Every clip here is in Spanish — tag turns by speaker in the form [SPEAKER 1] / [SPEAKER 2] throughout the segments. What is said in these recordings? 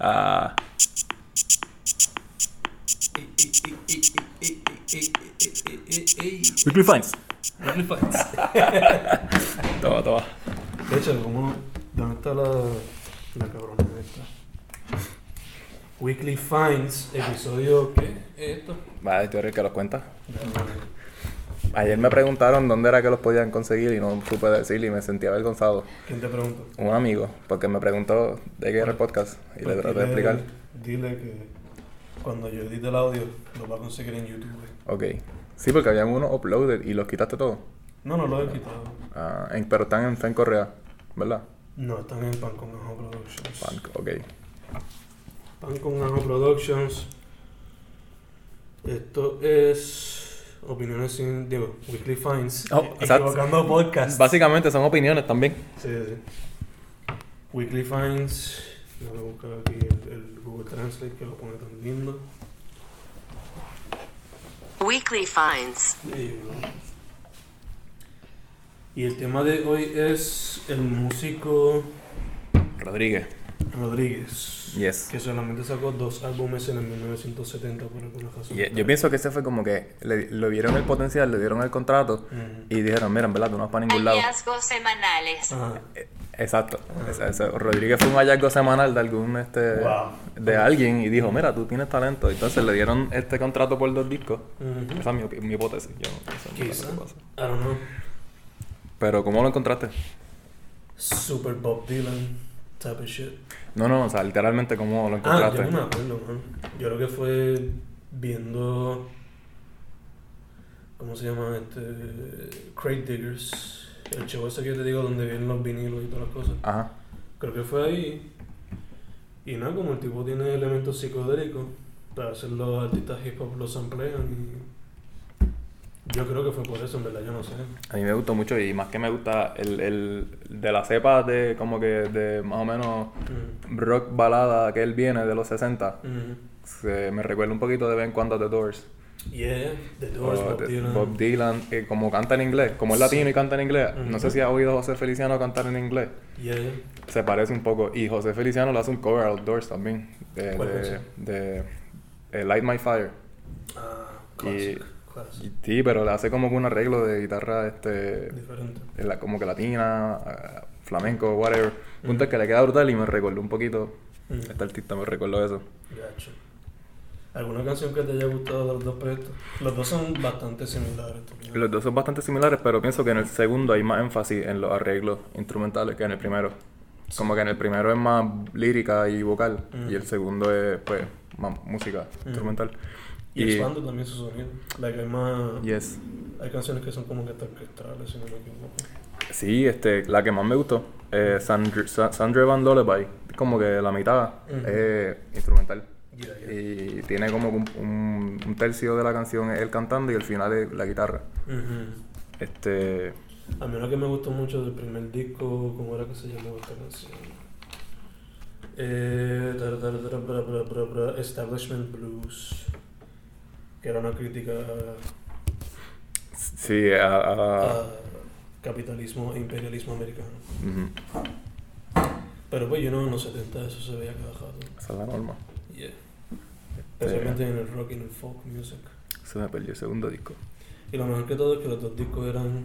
[SPEAKER 1] Ah. Weekly Finds.
[SPEAKER 2] Weekly Finds.
[SPEAKER 1] Toma, toma.
[SPEAKER 3] De hecho, como. ¿Dónde está la. La cabrona de esta? Weekly Finds, episodio. ¿Qué? ¿Es esto?
[SPEAKER 1] Vale, tú eres el que los cuenta. Ayer me preguntaron dónde era que los podían conseguir y no supe decir y me sentí avergonzado.
[SPEAKER 3] ¿Quién te preguntó?
[SPEAKER 1] Un amigo, porque me preguntó de qué era el podcast y le
[SPEAKER 3] Pues
[SPEAKER 1] traté de
[SPEAKER 3] dile-
[SPEAKER 1] explicar.
[SPEAKER 3] Dile que cuando yo edite el audio, lo va a conseguir en YouTube.
[SPEAKER 1] Ok. Sí, porque habían unos uploaded y los quitaste todos.
[SPEAKER 3] No, no lo he quitado.
[SPEAKER 1] Ah, en- pero están en Fan Correa, ¿verdad?
[SPEAKER 3] No, están en Pan con Ajo Productions.
[SPEAKER 1] Fan, ok.
[SPEAKER 3] Pan con Ajo Productions. Esto es Opiniones sin. Digo, Weekly Finds.
[SPEAKER 1] Oh,
[SPEAKER 3] Eh,
[SPEAKER 1] exacto.
[SPEAKER 3] Equivocando podcast.
[SPEAKER 1] Básicamente son opiniones también.
[SPEAKER 3] Sí, sí. Weekly Finds. Voy a buscar aquí el, el Google Translate que lo pone tan lindo.
[SPEAKER 4] Weekly Finds.
[SPEAKER 3] There you go. Y el tema de hoy es el músico
[SPEAKER 1] Rodríguez.
[SPEAKER 3] Rodríguez.
[SPEAKER 1] Yes.
[SPEAKER 3] Que solamente sacó dos álbumes en el 1970 por alguna razón.
[SPEAKER 1] Y- yo pienso que ese fue como que le, le vieron el potencial, le dieron el contrato
[SPEAKER 3] Ujú.
[SPEAKER 1] y dijeron, mira, en verdad, tú no vas para ningún lado.
[SPEAKER 4] Hallazgos semanales.
[SPEAKER 3] Ajá.
[SPEAKER 1] Eh, Exacto. Esa- esa- Rodríguez fue un hallazgo semanal de algún este
[SPEAKER 3] Wow.
[SPEAKER 1] de alguien y dijo, mira, tú tienes talento. Entonces le dieron este contrato por dos discos.
[SPEAKER 3] Ujú.
[SPEAKER 1] Esa es mi, opi- mi hipótesis. Yo no sé, no sé
[SPEAKER 3] Quizá.
[SPEAKER 1] qué pasa.
[SPEAKER 3] I Mm-hmm. don't know.
[SPEAKER 1] Pero ¿cómo lo encontraste?
[SPEAKER 3] Super Bob Dylan type of shit.
[SPEAKER 1] No, no, o sea, literalmente ¿cómo lo
[SPEAKER 3] Ah,
[SPEAKER 1] encontraste?
[SPEAKER 3] yo no me acuerdo, man. Yo creo que fue viendo. ¿Cómo se llama este? Crate Diggers. El show ese que yo te digo donde vienen los vinilos y todas las cosas.
[SPEAKER 1] Ajá.
[SPEAKER 3] Creo que fue ahí. Y nada, como el tipo tiene elementos psicodélicos, para hacer los artistas hip hop los emplean y. Yo creo que fue por eso, en verdad, yo no sé.
[SPEAKER 1] A mí me gustó mucho y más que me gusta el, el de la cepa de como que de más o menos
[SPEAKER 3] Mm,
[SPEAKER 1] rock balada que él viene de los 60.
[SPEAKER 3] mm.
[SPEAKER 1] Se me recuerda un poquito de vez en cuando a The Doors.
[SPEAKER 3] Yeah, The Doors,
[SPEAKER 1] O
[SPEAKER 3] Bob
[SPEAKER 1] de-
[SPEAKER 3] Dylan.
[SPEAKER 1] Oh, Bob Dylan, que como canta en inglés, como es latino y canta en inglés. No sé
[SPEAKER 3] Ujú.
[SPEAKER 1] si has oído a José Feliciano cantar en inglés.
[SPEAKER 3] Yeah.
[SPEAKER 1] Se parece un poco. Y José Feliciano le hace un cover a los Doors también. De,
[SPEAKER 3] ¿Cuál
[SPEAKER 1] de,
[SPEAKER 3] canción?
[SPEAKER 1] de, eh, Light My Fire.
[SPEAKER 3] Ah,
[SPEAKER 1] Y-
[SPEAKER 3] classic, classic.
[SPEAKER 1] Y sí, pero le hace como que un arreglo de guitarra este
[SPEAKER 3] Diferente.
[SPEAKER 1] en la- como que latina, ah, flamenco, whatever. Punto es que le queda brutal y me recordó un poquito.
[SPEAKER 3] Mm.
[SPEAKER 1] Este artista me recordó eso.
[SPEAKER 3] Gacho. ¿Alguna canción que te haya gustado de los dos proyectos? Los dos son bastante similares. también.
[SPEAKER 1] Los dos son bastante similares, pero pienso que en el segundo hay más énfasis en los arreglos instrumentales que en el primero. Como que en el primero es más lírica y vocal, y el segundo es, pues, más música instrumental.
[SPEAKER 3] Y expando también su sonido. Like, hay, más,
[SPEAKER 1] yes.
[SPEAKER 3] hay canciones que son como que hasta orquestales, si no me equivoco.
[SPEAKER 1] Sí, este, la que más me gustó, eh, Sandra, Sa- Sandra Van Lullaby, como que la mitad
[SPEAKER 3] Ujú.
[SPEAKER 1] es instrumental.
[SPEAKER 3] Yeah, yeah.
[SPEAKER 1] Y tiene como un, un- un tercio de la canción él cantando y el final es la guitarra.
[SPEAKER 3] Ujú.
[SPEAKER 1] Este,
[SPEAKER 3] A mí lo que me gustó mucho del primer disco, ¿cómo era que se llamaba esta canción? Eh, tar, tar, tar, bra, bra, bra, bra, Establishment Blues, que era una crítica
[SPEAKER 1] sí, a- a-
[SPEAKER 3] a capitalismo e imperialismo americano.
[SPEAKER 1] ujú.
[SPEAKER 3] Pero pues yo no, en los 70 eso se veía cada rato.
[SPEAKER 1] esa es la norma.
[SPEAKER 3] Yeah. Especialmente en el rock y en el folk music.
[SPEAKER 1] Se me perdió el segundo disco.
[SPEAKER 3] Y lo mejor que todo es que los dos discos eran,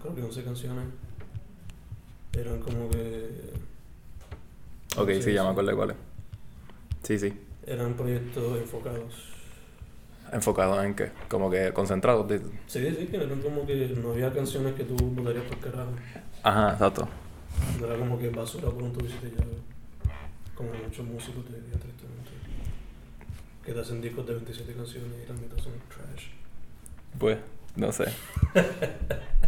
[SPEAKER 3] creo que 11 canciones. Eran como que.
[SPEAKER 1] Ok, sí,
[SPEAKER 3] Sí,
[SPEAKER 1] ya
[SPEAKER 3] sí.
[SPEAKER 1] me acuerdo cuál es. Sí, sí.
[SPEAKER 3] Eran proyectos enfocados.
[SPEAKER 1] Enfocado en qué? Como que concentrado. de-
[SPEAKER 3] Sí, sí, que eran como que no había canciones que tú votarías por carajo.
[SPEAKER 1] Ajá, exacto.
[SPEAKER 3] No era como que basura por un tubicito ya. Como muchos músicos te diría tristemente. Que te hacen discos de 27 canciones y la mitad son trash.
[SPEAKER 1] Pues, no sé.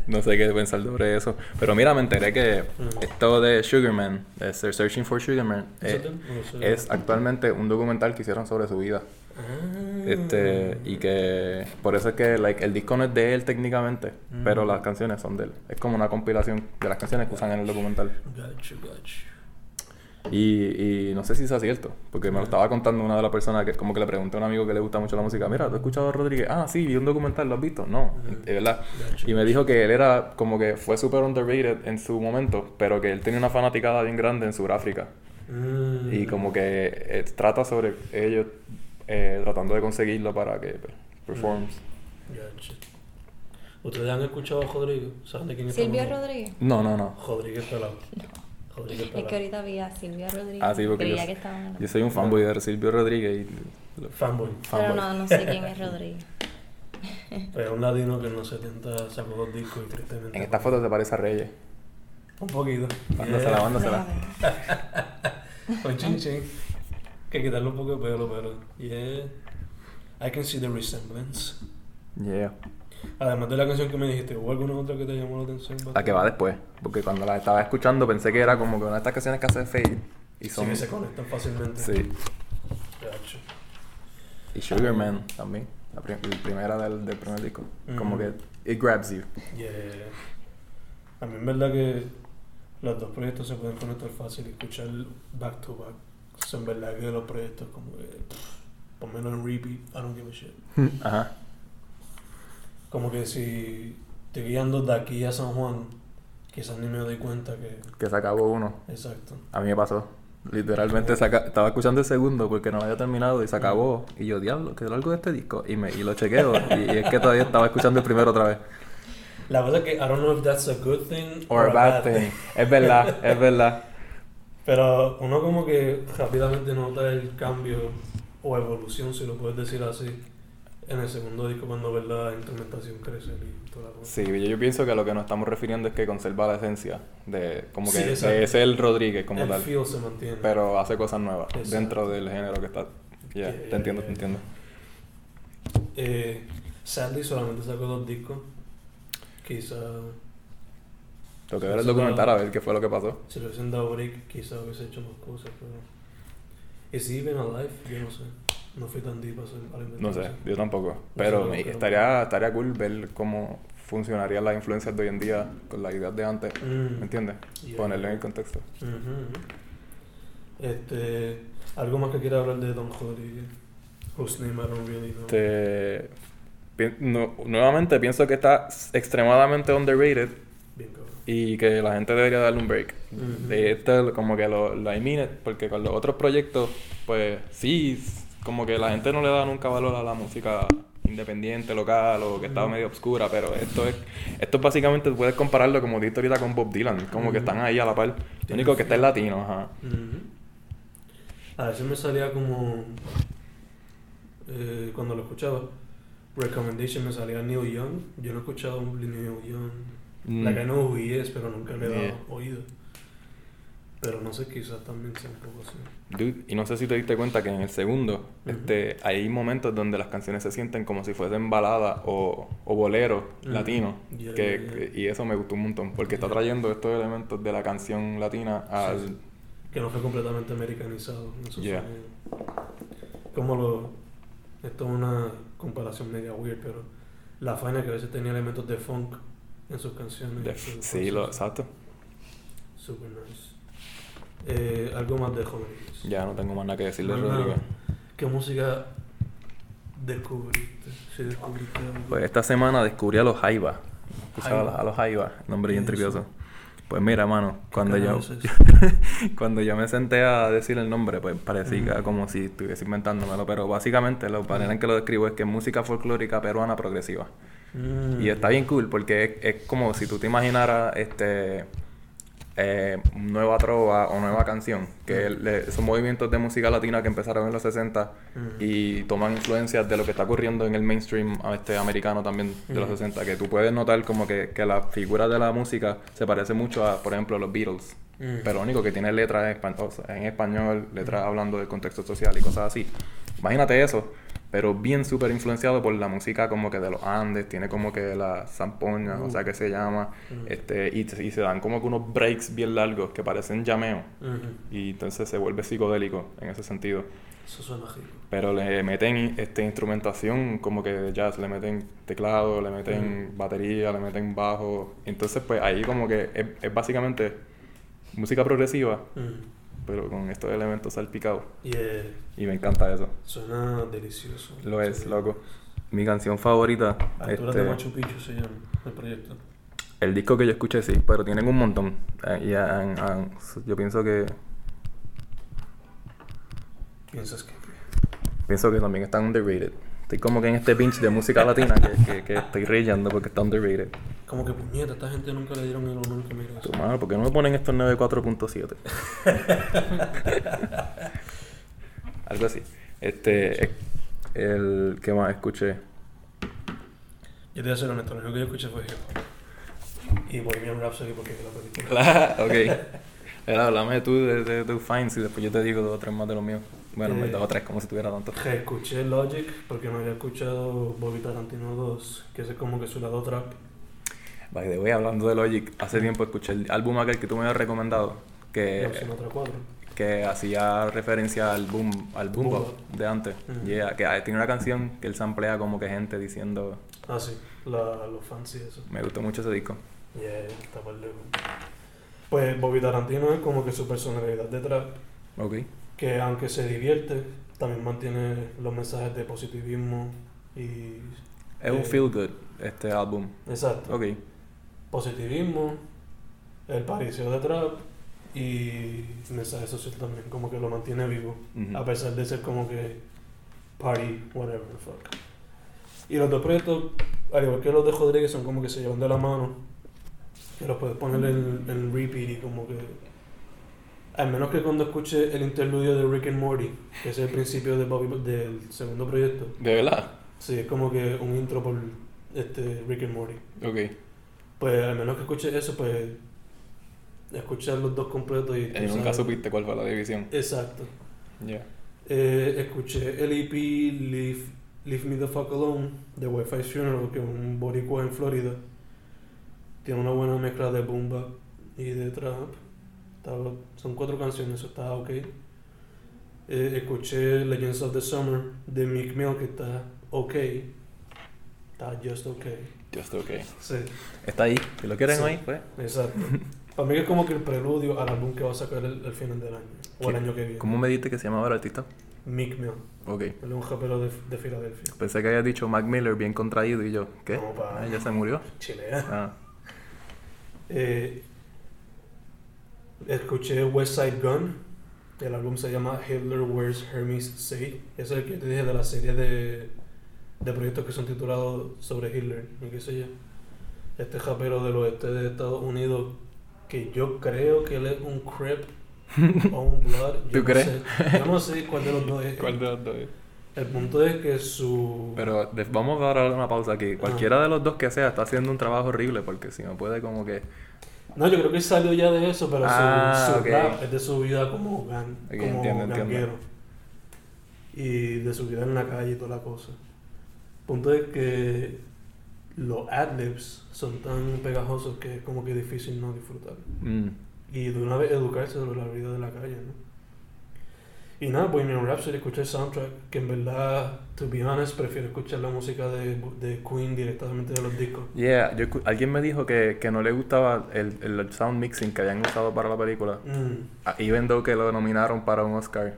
[SPEAKER 1] No sé qué pensar sobre eso. Pero mira, me enteré que
[SPEAKER 3] Mm.
[SPEAKER 1] esto de Sugarman, de Ser- Searching for Sugarman,
[SPEAKER 3] ¿Eso
[SPEAKER 1] eh,
[SPEAKER 3] te- no sé.
[SPEAKER 1] es actualmente un documental que hicieron sobre su vida.
[SPEAKER 3] Ah.
[SPEAKER 1] Este, y que por eso es que like, el disco no es de él técnicamente, pero
[SPEAKER 3] Mm.
[SPEAKER 1] las canciones son de él. Es como una compilación de las canciones que usan en el documental.
[SPEAKER 3] Gacho, gacho.
[SPEAKER 1] Y, y no sé si es acierto, porque me lo estaba contando una de las personas que como que le pregunté a un amigo que le gusta mucho la música, mira, ¿tú has escuchado a Rodríguez? Ah, sí, vi un documental, ¿lo has visto? No, de verdad. Y me dijo que él era como que fue súper underrated en su momento, pero que él tenía una fanaticada bien grande en Sudáfrica.
[SPEAKER 3] Mm.
[SPEAKER 1] Y como que eh, trata sobre ellos eh, tratando de conseguirlo para que pues, performs.
[SPEAKER 3] Gotcha. ¿Ustedes han escuchado a Rodrigo? ¿Saben de quién está
[SPEAKER 2] Silvio
[SPEAKER 3] hablando?
[SPEAKER 2] Rodríguez.
[SPEAKER 1] No, no, no.
[SPEAKER 3] Rodríguez Pelado. Rodríguez
[SPEAKER 2] Es que
[SPEAKER 3] Pelado.
[SPEAKER 2] ahorita vi a Silvio Rodríguez.
[SPEAKER 1] Ah, sí, porque yo,
[SPEAKER 2] Creía que estaba hablando.
[SPEAKER 1] yo soy un fanboy de Silvio Rodríguez y lo-
[SPEAKER 3] Fanboy.
[SPEAKER 2] Pero
[SPEAKER 1] fanboy.
[SPEAKER 2] no, no sé quién es Rodríguez.
[SPEAKER 3] Es un ladino que en los 70 sacó dos discos y tristemente.
[SPEAKER 1] En esta foto te parece a Reyes.
[SPEAKER 3] Un poquito.
[SPEAKER 1] Mándasela, mándasela.
[SPEAKER 2] Déjame ver.
[SPEAKER 3] Con Pues chin chin. Que quitarle un poco de pelo, pero. Yeah. I can see the resemblance.
[SPEAKER 1] Yeah.
[SPEAKER 3] Además de la canción que me dijiste, ¿hubo alguna otra que te llamó la atención?
[SPEAKER 1] La que va después. Porque cuando la estaba escuchando pensé que era como que una de estas canciones que hace Fade. Y
[SPEAKER 3] Sí,
[SPEAKER 1] son.
[SPEAKER 3] que se conectan fácilmente.
[SPEAKER 1] Sí.
[SPEAKER 3] Gotcha.
[SPEAKER 1] Y Sugar Man también. La, prim- la primera del, del primer disco. Como que
[SPEAKER 3] Ujú.
[SPEAKER 1] it grabs you.
[SPEAKER 3] Yeah. eh, A mí en verdad que los dos proyectos se pueden conectar fácil y escuchar back to back. O sea, en verdad que los proyectos como que pff, ponmelo en repeat, I don't give a shit.
[SPEAKER 1] Ajá.
[SPEAKER 3] Como que si estoy guiando de aquí a San Juan, quizás ni me doy cuenta que...
[SPEAKER 1] Que se acabó uno.
[SPEAKER 3] Exacto.
[SPEAKER 1] A mí me pasó. Literalmente saca- estaba escuchando el segundo porque no lo había terminado y se acabó. Y yo, diablo, quedó algo de este disco. Y, me, y lo chequeo. y, y es que todavía estaba escuchando el primero otra vez.
[SPEAKER 3] La verdad que I don't know if that's a good thing
[SPEAKER 1] Or a bad thing. Es verdad, es verdad.
[SPEAKER 3] Pero uno como que rápidamente nota el cambio o evolución, si lo puedes decir así, en el segundo disco cuando ves la instrumentación crecer y toda la cosa.
[SPEAKER 1] Sí, yo, yo pienso que a lo que nos estamos refiriendo es que conserva la esencia de como
[SPEAKER 3] Sí,
[SPEAKER 1] que
[SPEAKER 3] exacto.
[SPEAKER 1] de ese el Rodríguez como
[SPEAKER 3] el
[SPEAKER 1] tal,
[SPEAKER 3] feel se mantiene.
[SPEAKER 1] pero hace cosas nuevas
[SPEAKER 3] Exacto.
[SPEAKER 1] dentro del género que está. Ya,
[SPEAKER 3] Yeah,
[SPEAKER 1] te entiendo,
[SPEAKER 3] yeah,
[SPEAKER 1] te entiendo.
[SPEAKER 3] Eh, Sadly solamente sacó dos discos. Quizá
[SPEAKER 1] Tengo que ver el
[SPEAKER 3] Eso
[SPEAKER 1] documental
[SPEAKER 3] está-
[SPEAKER 1] a ver qué fue lo que pasó.
[SPEAKER 3] si le hubiesen dado break, quizá hubiese hecho más cosas, pero... ¿Is he even alive? Yo no sé. No fui tan deep a hacer a la
[SPEAKER 1] No sé,
[SPEAKER 3] investigación.
[SPEAKER 1] yo tampoco. Pero
[SPEAKER 3] no,
[SPEAKER 1] me-
[SPEAKER 3] pero-
[SPEAKER 1] estaría, estaría cool ver cómo funcionarían las influencias de hoy en día con las ideas de antes.
[SPEAKER 3] Mm.
[SPEAKER 1] ¿Me entiendes?
[SPEAKER 3] Yeah.
[SPEAKER 1] Ponerlo en el contexto.
[SPEAKER 3] Ujú. Este, algo más que quiera hablar de Don Pues Rodríguez. Whose name I don't really know.
[SPEAKER 1] Este, pi- nu- nuevamente pienso que está extremadamente underrated
[SPEAKER 3] Bien cabrón.
[SPEAKER 1] y que la gente debería darle un break.
[SPEAKER 3] Ujú.
[SPEAKER 1] De este, como que lo, lo I mean it, porque con los otros proyectos, pues sí, s- como que la gente no le da nunca valor a la música independiente, local o que estaba
[SPEAKER 3] Ujú.
[SPEAKER 1] medio obscura, pero esto es, esto es básicamente, puedes compararlo como diste ahorita con Bob Dylan, como que
[SPEAKER 3] Ujú.
[SPEAKER 1] están ahí a la par. Lo
[SPEAKER 3] Tiene
[SPEAKER 1] único que está
[SPEAKER 3] feel.
[SPEAKER 1] es latino, ajá.
[SPEAKER 3] Ujú. A veces me salía como. eh, cuando lo escuchaba, Recommendation me salía Neil Young. Yo no he escuchado un Neil Young.
[SPEAKER 1] Mm.
[SPEAKER 3] La que no es, pero nunca le he dado
[SPEAKER 1] Yeah.
[SPEAKER 3] oído. Pero no sé, quizás también sea un poco así.
[SPEAKER 1] Dude, y no sé si te diste cuenta que en el segundo
[SPEAKER 3] Ujú.
[SPEAKER 1] este, hay momentos donde las canciones se sienten como si fuesen baladas o, o boleros
[SPEAKER 3] Ujú.
[SPEAKER 1] latinos.
[SPEAKER 3] Yeah,
[SPEAKER 1] que,
[SPEAKER 3] yeah,
[SPEAKER 1] que- y eso me gustó un montón, porque está
[SPEAKER 3] Yeah.
[SPEAKER 1] trayendo estos elementos de la canción latina al...
[SPEAKER 3] Sí, Que no fue completamente americanizado. en su
[SPEAKER 1] Yeah.
[SPEAKER 3] sonido. Como lo. Esto es una comparación media weird, pero. La faena que a veces tenía elementos de funk en sus canciones.
[SPEAKER 1] de-
[SPEAKER 3] Sus
[SPEAKER 1] sí, lo,
[SPEAKER 3] cosas.
[SPEAKER 1] exacto.
[SPEAKER 3] Super nice. Eh, algo más de Rodríguez.
[SPEAKER 1] Ya no tengo más nada que decirle,
[SPEAKER 3] Más nada.
[SPEAKER 1] Rodrigo.
[SPEAKER 3] ¿Qué música descubriste? Si descubriste algo.
[SPEAKER 1] Pues esta semana descubrí a los Jaiba. Escuchaba a
[SPEAKER 3] Jaiba.
[SPEAKER 1] los- a los Jaiba, nombre bien
[SPEAKER 3] ¿Qué es
[SPEAKER 1] tripioso. Pues mira, mano, cuando yo,
[SPEAKER 3] canal es ese?
[SPEAKER 1] cuando yo me senté a decir el nombre, pues parecía
[SPEAKER 3] Ujú.
[SPEAKER 1] como si estuviese inventándomelo, pero básicamente la manera en que lo describo es que es música folclórica peruana progresiva.
[SPEAKER 3] Mm.
[SPEAKER 1] Y está bien cool porque es, es como si tú te imaginaras este eh, nueva trova o nueva canción, que le- son movimientos de música latina que empezaron en los 60
[SPEAKER 3] Ujú.
[SPEAKER 1] y toman influencias de lo que está ocurriendo en el mainstream a este americano también de los
[SPEAKER 3] Ujú.
[SPEAKER 1] 60, que tú puedes notar como que, que la figura de la música se parece mucho a, por ejemplo, los Beatles.
[SPEAKER 3] Mm.
[SPEAKER 1] Pero lo único que tiene letras en espan- o sea, en español, letras hablando del contexto social y cosas así. Imagínate eso, pero bien súper influenciado por la música como que de los Andes, tiene como que la zampoña, o sea, que se llama, este y, y se dan como que unos breaks bien largos que parecen llameo.
[SPEAKER 3] Ujú.
[SPEAKER 1] Y entonces se vuelve psicodélico en ese sentido.
[SPEAKER 3] Eso suena rico.
[SPEAKER 1] Pero le meten este, instrumentación como que de jazz, le meten teclado, le meten batería, le meten bajo. Entonces, pues ahí como que es, es básicamente música progresiva,
[SPEAKER 3] Mm.
[SPEAKER 1] pero con estos elementos salpicados.
[SPEAKER 3] Yeah,
[SPEAKER 1] Y me encanta eso.
[SPEAKER 3] suena delicioso.
[SPEAKER 1] Lo es,
[SPEAKER 3] Sí.
[SPEAKER 1] loco. Mi canción favorita.
[SPEAKER 3] Alturas
[SPEAKER 1] este,
[SPEAKER 3] Ah, de Machu Picchu se llama el proyecto.
[SPEAKER 1] El disco que yo escuché sí, pero tienen un montón. Eh, Y han- han- yo pienso que
[SPEAKER 3] ¿Piensas que?
[SPEAKER 1] pienso que también están underrated. Estoy como que en este pinch de música latina que, que- que estoy rayando porque está underrated.
[SPEAKER 3] Como que puñeta, esta gente nunca le dieron el honor que merece.
[SPEAKER 1] Tu madre, ¿por qué no me ponen estos 9.4.7? Algo así. Este, eh, el que más escuché.
[SPEAKER 3] Yo te voy a ser honesto, lo único que yo escuché fue hip hop. Y Bohemian Rhapsody porque es la película.
[SPEAKER 1] Claro, ok. Era, háblame tú de, de tus finds y después yo te digo dos o tres más de los míos. Bueno, me
[SPEAKER 3] Eh.
[SPEAKER 1] daba tres como si tuviera tanto.
[SPEAKER 3] Escuché Logic porque no había escuchado Bobby Tarantino 2, que ese es como que su lado trap.
[SPEAKER 1] By the way, hablando de Logic, hace tiempo escuché el álbum aquel que tú me habías recomendado,
[SPEAKER 3] Y
[SPEAKER 1] que,
[SPEAKER 3] Frank Sinatra 4.
[SPEAKER 1] que hacía referencia al boom, al boom bap
[SPEAKER 3] Boom.
[SPEAKER 1] de antes.
[SPEAKER 3] Ujú.
[SPEAKER 1] Yeah, que ah, tiene una canción que él samplea como que gente diciendo,
[SPEAKER 3] Ah, sí, la, los fancy eso.
[SPEAKER 1] me gustó mucho ese disco.
[SPEAKER 3] Yeah, está por lejos. Pues Bobby Tarantino es como que su personalidad de trap,
[SPEAKER 1] Ok.
[SPEAKER 3] que aunque se divierte, también mantiene los mensajes de positivismo y...
[SPEAKER 1] Es un
[SPEAKER 3] Eh.
[SPEAKER 1] feel good este álbum.
[SPEAKER 3] Exacto.
[SPEAKER 1] Ok.
[SPEAKER 3] positivismo, el pariseo de trap y mensaje social también, como que lo mantiene vivo,
[SPEAKER 1] Ujú.
[SPEAKER 3] a pesar de ser como que party, whatever the fuck. Y los dos proyectos, al igual que los de Rodríguez, son como que se llevan de la mano, que los puedes poner en, en repeat y como que... Al menos que cuando escuche el interludio de Rick and Morty, que es el principio de Bobby- del segundo proyecto,
[SPEAKER 1] De verdad.
[SPEAKER 3] sí, es como que un intro por este Rick and Morty.
[SPEAKER 1] Ok.
[SPEAKER 3] Pues al menos que escuches eso, pues escuchar los dos completos y... tú
[SPEAKER 1] En un
[SPEAKER 3] sabes.
[SPEAKER 1] caso Eh, supiste cuál fue la división.
[SPEAKER 3] Exacto.
[SPEAKER 1] Yeah.
[SPEAKER 3] Eh, escuché el EP Leave, Leave Me The Fuck Alone de Wi-Fi Funeral, que es un boricua en Florida. Tiene una buena mezcla de boom bap y de trap. Está- son cuatro canciones, eso está ok. Eh, escuché Legends of the Summer de Meek Mill, que está ok. Está just ok.
[SPEAKER 1] Just okay.
[SPEAKER 3] Sí.
[SPEAKER 1] Está ahí. Si lo quieren
[SPEAKER 3] Sí.
[SPEAKER 1] ahí, pues.
[SPEAKER 3] Exacto. Para mí que es como que el preludio al álbum que va a sacar el, el final del año. O el
[SPEAKER 1] ¿Qué?
[SPEAKER 3] año que viene.
[SPEAKER 1] ¿Cómo me dijiste que se llamaba el artista?
[SPEAKER 3] Mick Mill.
[SPEAKER 1] Ok.
[SPEAKER 3] Él es un rapero de, de Filadelfia.
[SPEAKER 1] Pensé que había dicho Mac Miller bien contraído y yo, ¿qué?
[SPEAKER 3] No, pa.
[SPEAKER 1] Ah, ya se murió.
[SPEAKER 3] Chilea.
[SPEAKER 1] Ah,
[SPEAKER 3] Eh, escuché West Side Gun. El álbum se llama Hitler Wears Hermes 6. Ese es el que te dije de la serie de, de proyectos que son titulados sobre Hitler y qué sé yo. Este rapero del oeste de Estados Unidos, que yo creo que él es un creep o un blood. Yo
[SPEAKER 1] ¿Tú
[SPEAKER 3] no
[SPEAKER 1] crees?
[SPEAKER 3] sé- yo no sé cuál de los dos es.
[SPEAKER 1] ¿Cuál de los dos es?
[SPEAKER 3] El punto es que su.
[SPEAKER 1] Pero de- vamos a dar una pausa aquí. Cualquiera de los dos que sea está haciendo un trabajo horrible porque si no puede como que...
[SPEAKER 3] No, yo creo que él salió ya de eso, pero su-
[SPEAKER 1] Ah,
[SPEAKER 3] su,
[SPEAKER 1] ok.
[SPEAKER 3] rap es de su vida como, gan,
[SPEAKER 1] Ok,
[SPEAKER 3] como
[SPEAKER 1] entiendo, entiendo.
[SPEAKER 3] ganguero. Y de su vida en la calle y toda la cosa. Punto es que los adlibs son tan pegajosos que es como que difícil no disfrutar.
[SPEAKER 1] mm,
[SPEAKER 3] Y de una vez educarse sobre la vida de la calle, ¿no? Y nada, pues Bohemian Rhapsody, escuché el soundtrack, que en verdad, to be honest, prefiero escuchar la música de, de Queen directamente de los discos.
[SPEAKER 1] Yeah, yo escu- alguien me dijo que, que no le gustaba el, el sound mixing que habían usado para la película.
[SPEAKER 3] Mm.
[SPEAKER 1] Ah, Even though que lo nominaron para un Oscar.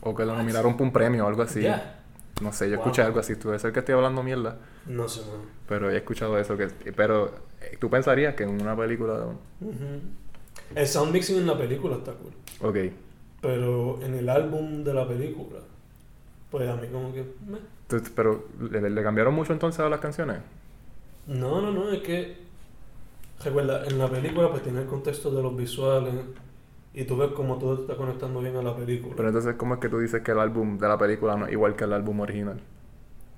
[SPEAKER 1] O que lo nominaron para un premio o algo así.
[SPEAKER 3] Ya.
[SPEAKER 1] No sé, yo
[SPEAKER 3] Wow.
[SPEAKER 1] escuché algo así. Puede ser que estoy hablando mierda.
[SPEAKER 3] No sé, man.
[SPEAKER 1] Pero he escuchado eso. que Pero eh, tú pensarías que en una película...
[SPEAKER 3] Ujú. El sound mixing en la película está cool.
[SPEAKER 1] Ok.
[SPEAKER 3] Pero en el álbum de la película, pues a mí como que... meh.
[SPEAKER 1] Tú- Pero ¿le, le cambiaron mucho entonces a las canciones.
[SPEAKER 3] No, no, no, es que... Recuerda, en la película pues tiene el contexto de los visuales y tú ves como todo está conectando bien a la película.
[SPEAKER 1] Pero entonces, ¿cómo es que tú dices que el álbum de la película no es igual que el álbum original?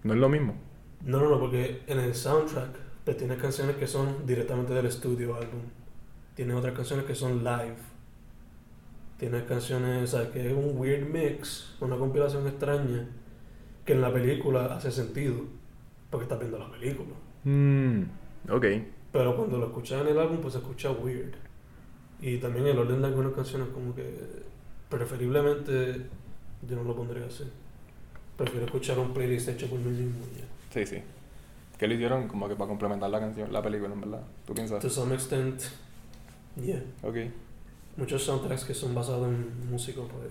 [SPEAKER 1] No es lo mismo.
[SPEAKER 3] No, no, no, porque en el soundtrack pues tiene canciones que son directamente del estudio álbum. Tiene otras canciones que son live. Tiene canciones, o sea, que es un weird mix, una compilación extraña, que en la película hace sentido, porque estás viendo la película.
[SPEAKER 1] Mm, ok.
[SPEAKER 3] Pero cuando lo escuchas en el álbum, pues se escucha weird. Y también el orden de algunas canciones, como que preferiblemente yo no lo pondría así. Prefiero escuchar un playlist hecho por mí mismo. ya.
[SPEAKER 1] Sí, sí. ¿Qué le hicieron como que para complementar la canción, la película, en verdad? ¿Tú piensas?
[SPEAKER 3] To some extent, yeah.
[SPEAKER 1] Ok.
[SPEAKER 3] muchos soundtracks que son basados en músicos, pues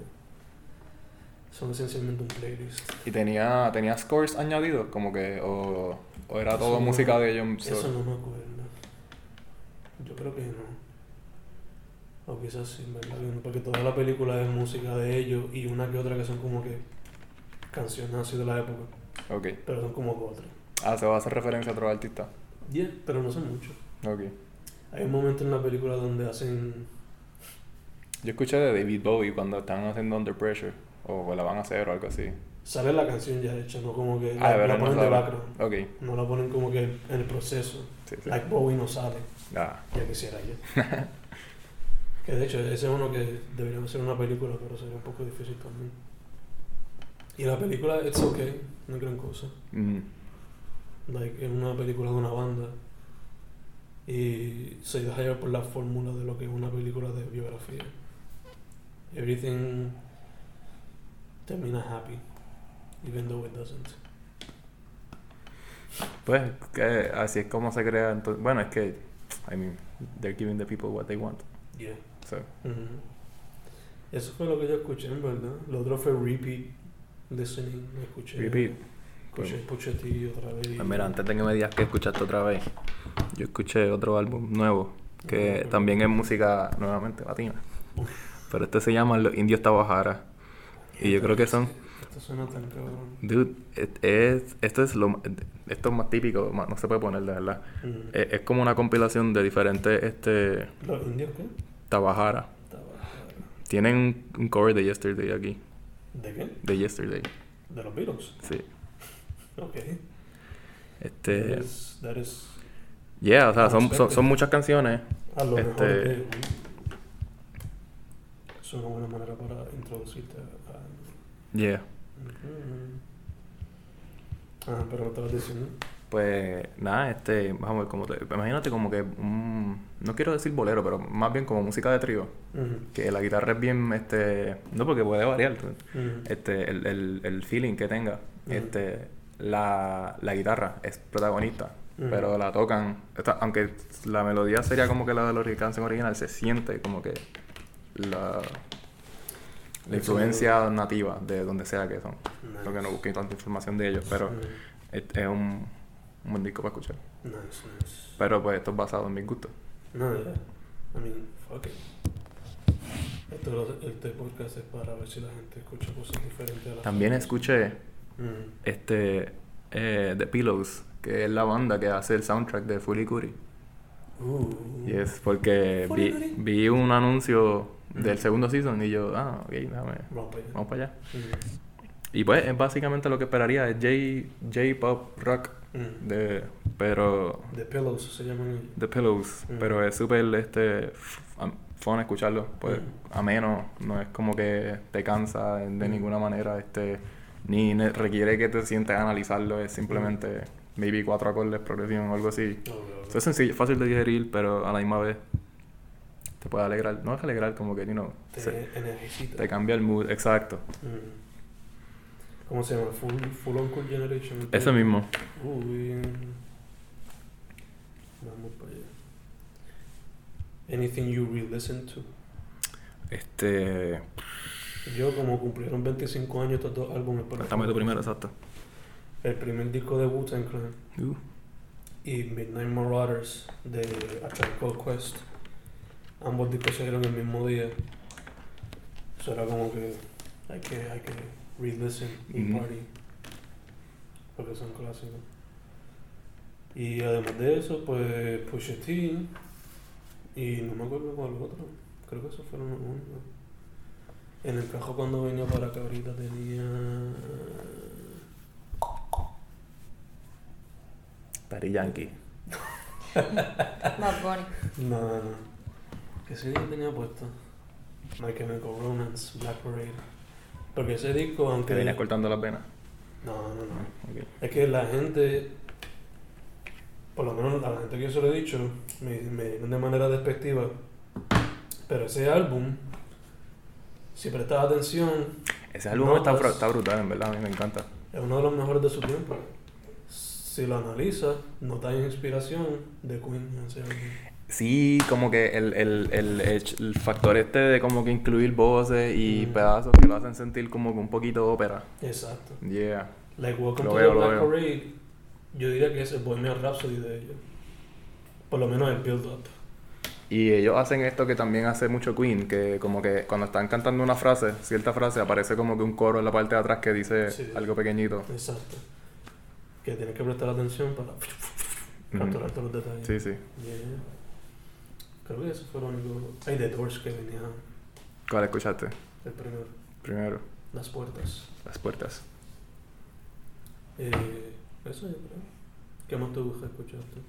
[SPEAKER 3] son esencialmente un playlist.
[SPEAKER 1] ¿Y tenía, tenía scores añadidos? Como que, o, o era
[SPEAKER 3] Eso
[SPEAKER 1] todo
[SPEAKER 3] no-
[SPEAKER 1] música de ellos.
[SPEAKER 3] Eso no me acuerdo. Yo creo que no. O quizás sí, en ¿verdad? que no, Porque toda la película es música de ellos y una que otra que son como que canciones así de la época,
[SPEAKER 1] Ok.
[SPEAKER 3] pero son como cuatro.
[SPEAKER 1] Ah, se va a hacer referencia a otro artista.
[SPEAKER 3] Yeah, pero no son muchos.
[SPEAKER 1] Ok.
[SPEAKER 3] Hay un momento en la película donde hacen.
[SPEAKER 1] Yo escuché de David Bowie cuando están haciendo Under Pressure. O la van a hacer o algo así.
[SPEAKER 3] Sale la canción ya hecha, no como que
[SPEAKER 1] Ah, de
[SPEAKER 3] la, la
[SPEAKER 1] verdad, no
[SPEAKER 3] ponen de
[SPEAKER 1] sabe.
[SPEAKER 3] background.
[SPEAKER 1] Ok.
[SPEAKER 3] No la ponen como que en el proceso.
[SPEAKER 1] Sí, sí.
[SPEAKER 3] Like Bowie no sale,
[SPEAKER 1] Ah,
[SPEAKER 3] ya quisiera yo. que de hecho, ese es uno que debería ser una película, pero sería un poco difícil también. Y la película, it's okay, no es gran cosa.
[SPEAKER 1] mm,
[SPEAKER 3] Like, es una película de una banda. Y se deja llevar por la fórmula de lo que es una película de biografía. Everything termina happy, even though it doesn't.
[SPEAKER 1] Pues que así es como se crea. Entonces, bueno, es que, I mean, they're giving the people what they want.
[SPEAKER 3] Yeah.
[SPEAKER 1] So,
[SPEAKER 3] Ujú. Eso fue lo que yo escuché, en verdad. Lo otro fue repeat listening. Lo escuché.
[SPEAKER 1] repeat.
[SPEAKER 3] Escuché Puchetti otra vez. y-
[SPEAKER 1] Pues mira, antes de que me digas que escuchaste otra vez, yo escuché otro álbum nuevo que
[SPEAKER 3] Ujú.
[SPEAKER 1] también es música nuevamente latina. Pero este se llama Los Indios Tabajara. Y yo creo que son.
[SPEAKER 3] Esto suena tan cabrón.
[SPEAKER 1] Dude, et- es, esto es lo ma- esto es más típico, más- no se puede poner, de verdad.
[SPEAKER 3] Ujú.
[SPEAKER 1] Es, es como una compilación de diferentes este,
[SPEAKER 3] ¿Los indios qué?
[SPEAKER 1] Tabajara.
[SPEAKER 3] Estaba-
[SPEAKER 1] Tienen un, un cover de Yesterday aquí,
[SPEAKER 3] ¿De qué?
[SPEAKER 1] de Yesterday.
[SPEAKER 3] De los Beatles.
[SPEAKER 1] Sí.
[SPEAKER 3] Ok.
[SPEAKER 1] Este,
[SPEAKER 3] That is- that is-
[SPEAKER 1] yeah, o sea, son, son,
[SPEAKER 3] Unexpected.
[SPEAKER 1] son muchas canciones.
[SPEAKER 3] a lo mejor
[SPEAKER 1] Este-
[SPEAKER 3] es de- Es una buena manera para introducirte a.
[SPEAKER 1] Yeah.
[SPEAKER 3] Ujú. Ah, pero lo estabas diciendo.
[SPEAKER 1] Pues nada, este, vamos a ver, como te- imagínate como que, un- no quiero decir bolero, pero más bien como música de trío,
[SPEAKER 3] Ujú.
[SPEAKER 1] que la guitarra es bien, este, no porque puede variar, tú-
[SPEAKER 3] Ujú.
[SPEAKER 1] este, el, el, el feeling que tenga,
[SPEAKER 3] Ujú.
[SPEAKER 1] este, la, la guitarra es protagonista,
[SPEAKER 3] Ujú.
[SPEAKER 1] pero la tocan, esta- aunque la melodía sería como que la de la ori- canción original, se siente como que la, la influencia nativa de donde sea que son, porque no
[SPEAKER 3] Nice.
[SPEAKER 1] busqué tanta información de ellos, pero...
[SPEAKER 3] Ujú.
[SPEAKER 1] Es, es un, un buen disco para escuchar.
[SPEAKER 3] Nice, nice.
[SPEAKER 1] Pero pues esto es basado en mis gustos.
[SPEAKER 3] No, ya. I mean, fuck it. Esto lo- este podcast es para ver si la gente escucha cosas diferentes a las
[SPEAKER 1] También escuché
[SPEAKER 3] Mm.
[SPEAKER 1] este eh, The Pillows, que es la banda que hace el soundtrack de Furikuri.
[SPEAKER 3] Uh.
[SPEAKER 1] Y es porque vi,
[SPEAKER 3] Furikuri.
[SPEAKER 1] vi un anuncio del
[SPEAKER 3] Mm.
[SPEAKER 1] segundo season y yo, ah, ok, déjame,
[SPEAKER 3] Vamos para allá.
[SPEAKER 1] vamos para allá.
[SPEAKER 3] Mm.
[SPEAKER 1] Y pues es básicamente lo que esperaría, es J- J-pop rock,
[SPEAKER 3] Mm.
[SPEAKER 1] de, pero
[SPEAKER 3] The Pillows se llaman ellos.
[SPEAKER 1] The Pillows,
[SPEAKER 3] Mm.
[SPEAKER 1] pero es súper este, f- am- fun escucharlo, pues
[SPEAKER 3] Mm.
[SPEAKER 1] ameno, no es como que te cansa de de
[SPEAKER 3] Mm.
[SPEAKER 1] ninguna manera, este, ni ne- requiere que te sientes a analizarlo, es simplemente
[SPEAKER 3] Mm.
[SPEAKER 1] maybe cuatro acordes, progresión o algo así.
[SPEAKER 3] No, no, no.
[SPEAKER 1] So, es sencillo, es fácil de digerir, pero a la misma vez te puede alegrar, no es alegrar, como que, you know,
[SPEAKER 3] Te
[SPEAKER 1] se-
[SPEAKER 3] energicita.
[SPEAKER 1] te cambia el mood, exacto,
[SPEAKER 3] Mm. ¿Cómo se llama? Full, full On Cool Generation.
[SPEAKER 1] ese mismo.
[SPEAKER 3] Uy. Vamos para allá. Anything you re-listen to.
[SPEAKER 1] Este,
[SPEAKER 3] Yo, como cumplieron 25 años estos dos álbumes. por
[SPEAKER 1] cuéntame tu
[SPEAKER 3] ejemplo,
[SPEAKER 1] primero, exacto.
[SPEAKER 3] El primer disco de Wu-Tang Clan
[SPEAKER 1] Uh,
[SPEAKER 3] y Midnight Marauders de A Tribe Called Quest. Ambos discos salieron el mismo día. Eso era como que hay que, hay que re-listen y
[SPEAKER 1] Ujú.
[SPEAKER 3] party. Porque son clásicos. Y además de eso, pues Pusha T y no me acuerdo cuál otro. Creo que esos fueron los únicos. En el cajón cuando venía para acá ahorita tenía...
[SPEAKER 1] Daddy Yankee.
[SPEAKER 2] Bad Bunny.
[SPEAKER 3] No, no, no. Que ese disco tenía puesto. My Chemical Romance, Black Parade. Porque ese disco, aunque.
[SPEAKER 1] Te venías cortando las venas. Ah,
[SPEAKER 3] No, no, no.
[SPEAKER 1] Ok.
[SPEAKER 3] Es que la gente. Por lo menos a la gente que yo se lo he dicho, me, me dicen de manera despectiva. Pero ese álbum, si prestas atención,
[SPEAKER 1] Ese álbum
[SPEAKER 3] No,
[SPEAKER 1] está,
[SPEAKER 3] pues-
[SPEAKER 1] fru- está brutal, en verdad, a mí me encanta.
[SPEAKER 3] es uno de los mejores de su tiempo. Si lo analizas, notas inspiración de Queen en ese álbum.
[SPEAKER 1] Sí, como que el, el, el, hech- el factor este de como que incluir voces y
[SPEAKER 3] Mm.
[SPEAKER 1] pedazos que lo hacen sentir como que un poquito ópera.
[SPEAKER 3] Exacto.
[SPEAKER 1] Yeah.
[SPEAKER 3] Like Welcome
[SPEAKER 1] Lo
[SPEAKER 3] to
[SPEAKER 1] veo,
[SPEAKER 3] the
[SPEAKER 1] lo
[SPEAKER 3] Black
[SPEAKER 1] veo.
[SPEAKER 3] Parade, yo diría que es el Bohemian Rhapsody de ellos. Por lo menos el build-up.
[SPEAKER 1] Y ellos hacen esto que también hace mucho Queen, que como que cuando están cantando una frase, cierta frase, aparece como que un coro en la parte de atrás que dice
[SPEAKER 3] Sí.
[SPEAKER 1] algo pequeñito.
[SPEAKER 3] Exacto. Que tienes que prestar atención para capturar todos los detalles.
[SPEAKER 1] Sí, sí.
[SPEAKER 3] Yeah, yeah. Creo que eso fue lo único. Hay The Doors que venía
[SPEAKER 1] ¿Cuál escuchaste?
[SPEAKER 3] el primero.
[SPEAKER 1] Primero,
[SPEAKER 3] Las puertas.
[SPEAKER 1] las puertas.
[SPEAKER 3] Eh, eso yo creo. ¿Qué más te gusta escuchar tú?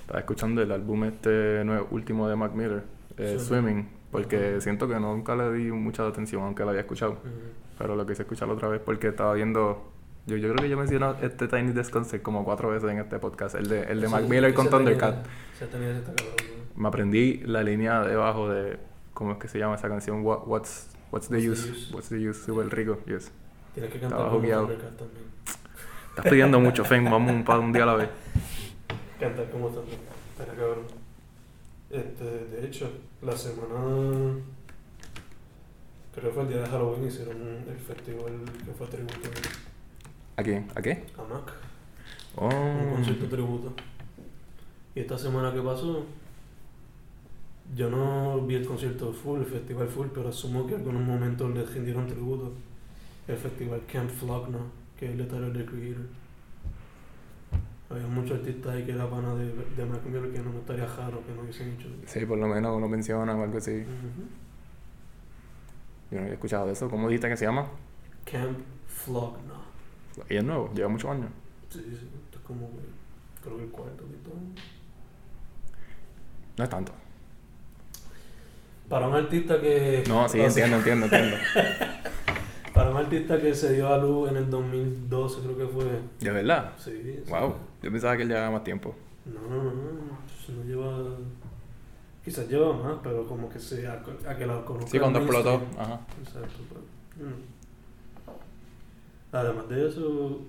[SPEAKER 1] Estaba escuchando el álbum este nuevo, último de Mac Miller, eh,
[SPEAKER 3] Sí.
[SPEAKER 1] Swimming, porque
[SPEAKER 3] Ajá.
[SPEAKER 1] siento que nunca le di mucha atención, aunque lo había escuchado.
[SPEAKER 3] Mm,
[SPEAKER 1] Pero lo quise escuchar otra vez porque estaba viendo. Yo, yo creo que yo mencioné este Tiny Desk Concept como cuatro veces en este podcast. El de, el de
[SPEAKER 3] ese-
[SPEAKER 1] Mac Miller con
[SPEAKER 3] ese tenía-
[SPEAKER 1] Thundercat.
[SPEAKER 3] ese tenía ese cabrón, ¿no?
[SPEAKER 1] Me aprendí la línea debajo de. ¿Cómo es que se llama esa canción? What- what's, what's the
[SPEAKER 3] What's
[SPEAKER 1] use?
[SPEAKER 3] the use?
[SPEAKER 1] What's the use? Súper rico, yes.
[SPEAKER 3] Tienes que
[SPEAKER 1] Estaba
[SPEAKER 3] cantar como
[SPEAKER 1] jugueado.
[SPEAKER 3] Thundercat también.
[SPEAKER 1] Estás pidiendo mucho, Fen. Vamos un, pa- un día a la vez.
[SPEAKER 3] Cantar como Thundercat. Pero cabrón. Este, de hecho, la semana. Creo que fue el día de Halloween hicieron el festival que fue tributo
[SPEAKER 1] ¿A quién? ¿A qué?
[SPEAKER 3] a Mac.
[SPEAKER 1] Oh.
[SPEAKER 3] un concierto tributo. Y esta semana que pasó, yo no vi el concierto full, el festival full, pero asumo que algunos momentos le rindieron tributo. El festival Camp Flockna, que es el etario de Creator. Había muchos artistas ahí que era pana de, de Mac Miller que no me estaría raro que no hubiesen hecho.
[SPEAKER 1] Sí, por lo menos uno menciona o algo así.
[SPEAKER 3] Ujú.
[SPEAKER 1] Yo no había escuchado de eso. ¿Cómo dijiste que se llama?
[SPEAKER 3] Camp Flockna.
[SPEAKER 1] Y es nuevo, lleva muchos años.
[SPEAKER 3] Sí, sí, esto es como, creo que el cuarto que todo.
[SPEAKER 1] No es tanto.
[SPEAKER 3] Para un artista que.
[SPEAKER 1] No, sí,
[SPEAKER 3] o sea,
[SPEAKER 1] entiendo, entiendo, entiendo.
[SPEAKER 3] Para un artista que se dio a luz en el 2012, creo que fue.
[SPEAKER 1] De verdad.
[SPEAKER 3] Sí. sí.
[SPEAKER 1] Wow. Yo pensaba que él llevaba más tiempo.
[SPEAKER 3] No, no, no, no. pues No lleva. Quizás lleva más, pero como que se. A, a que la conozca.
[SPEAKER 1] Sí, cuando
[SPEAKER 3] el
[SPEAKER 1] explotó.
[SPEAKER 3] mainstream.
[SPEAKER 1] Ajá.
[SPEAKER 3] Exacto. pero, mm. Además de eso.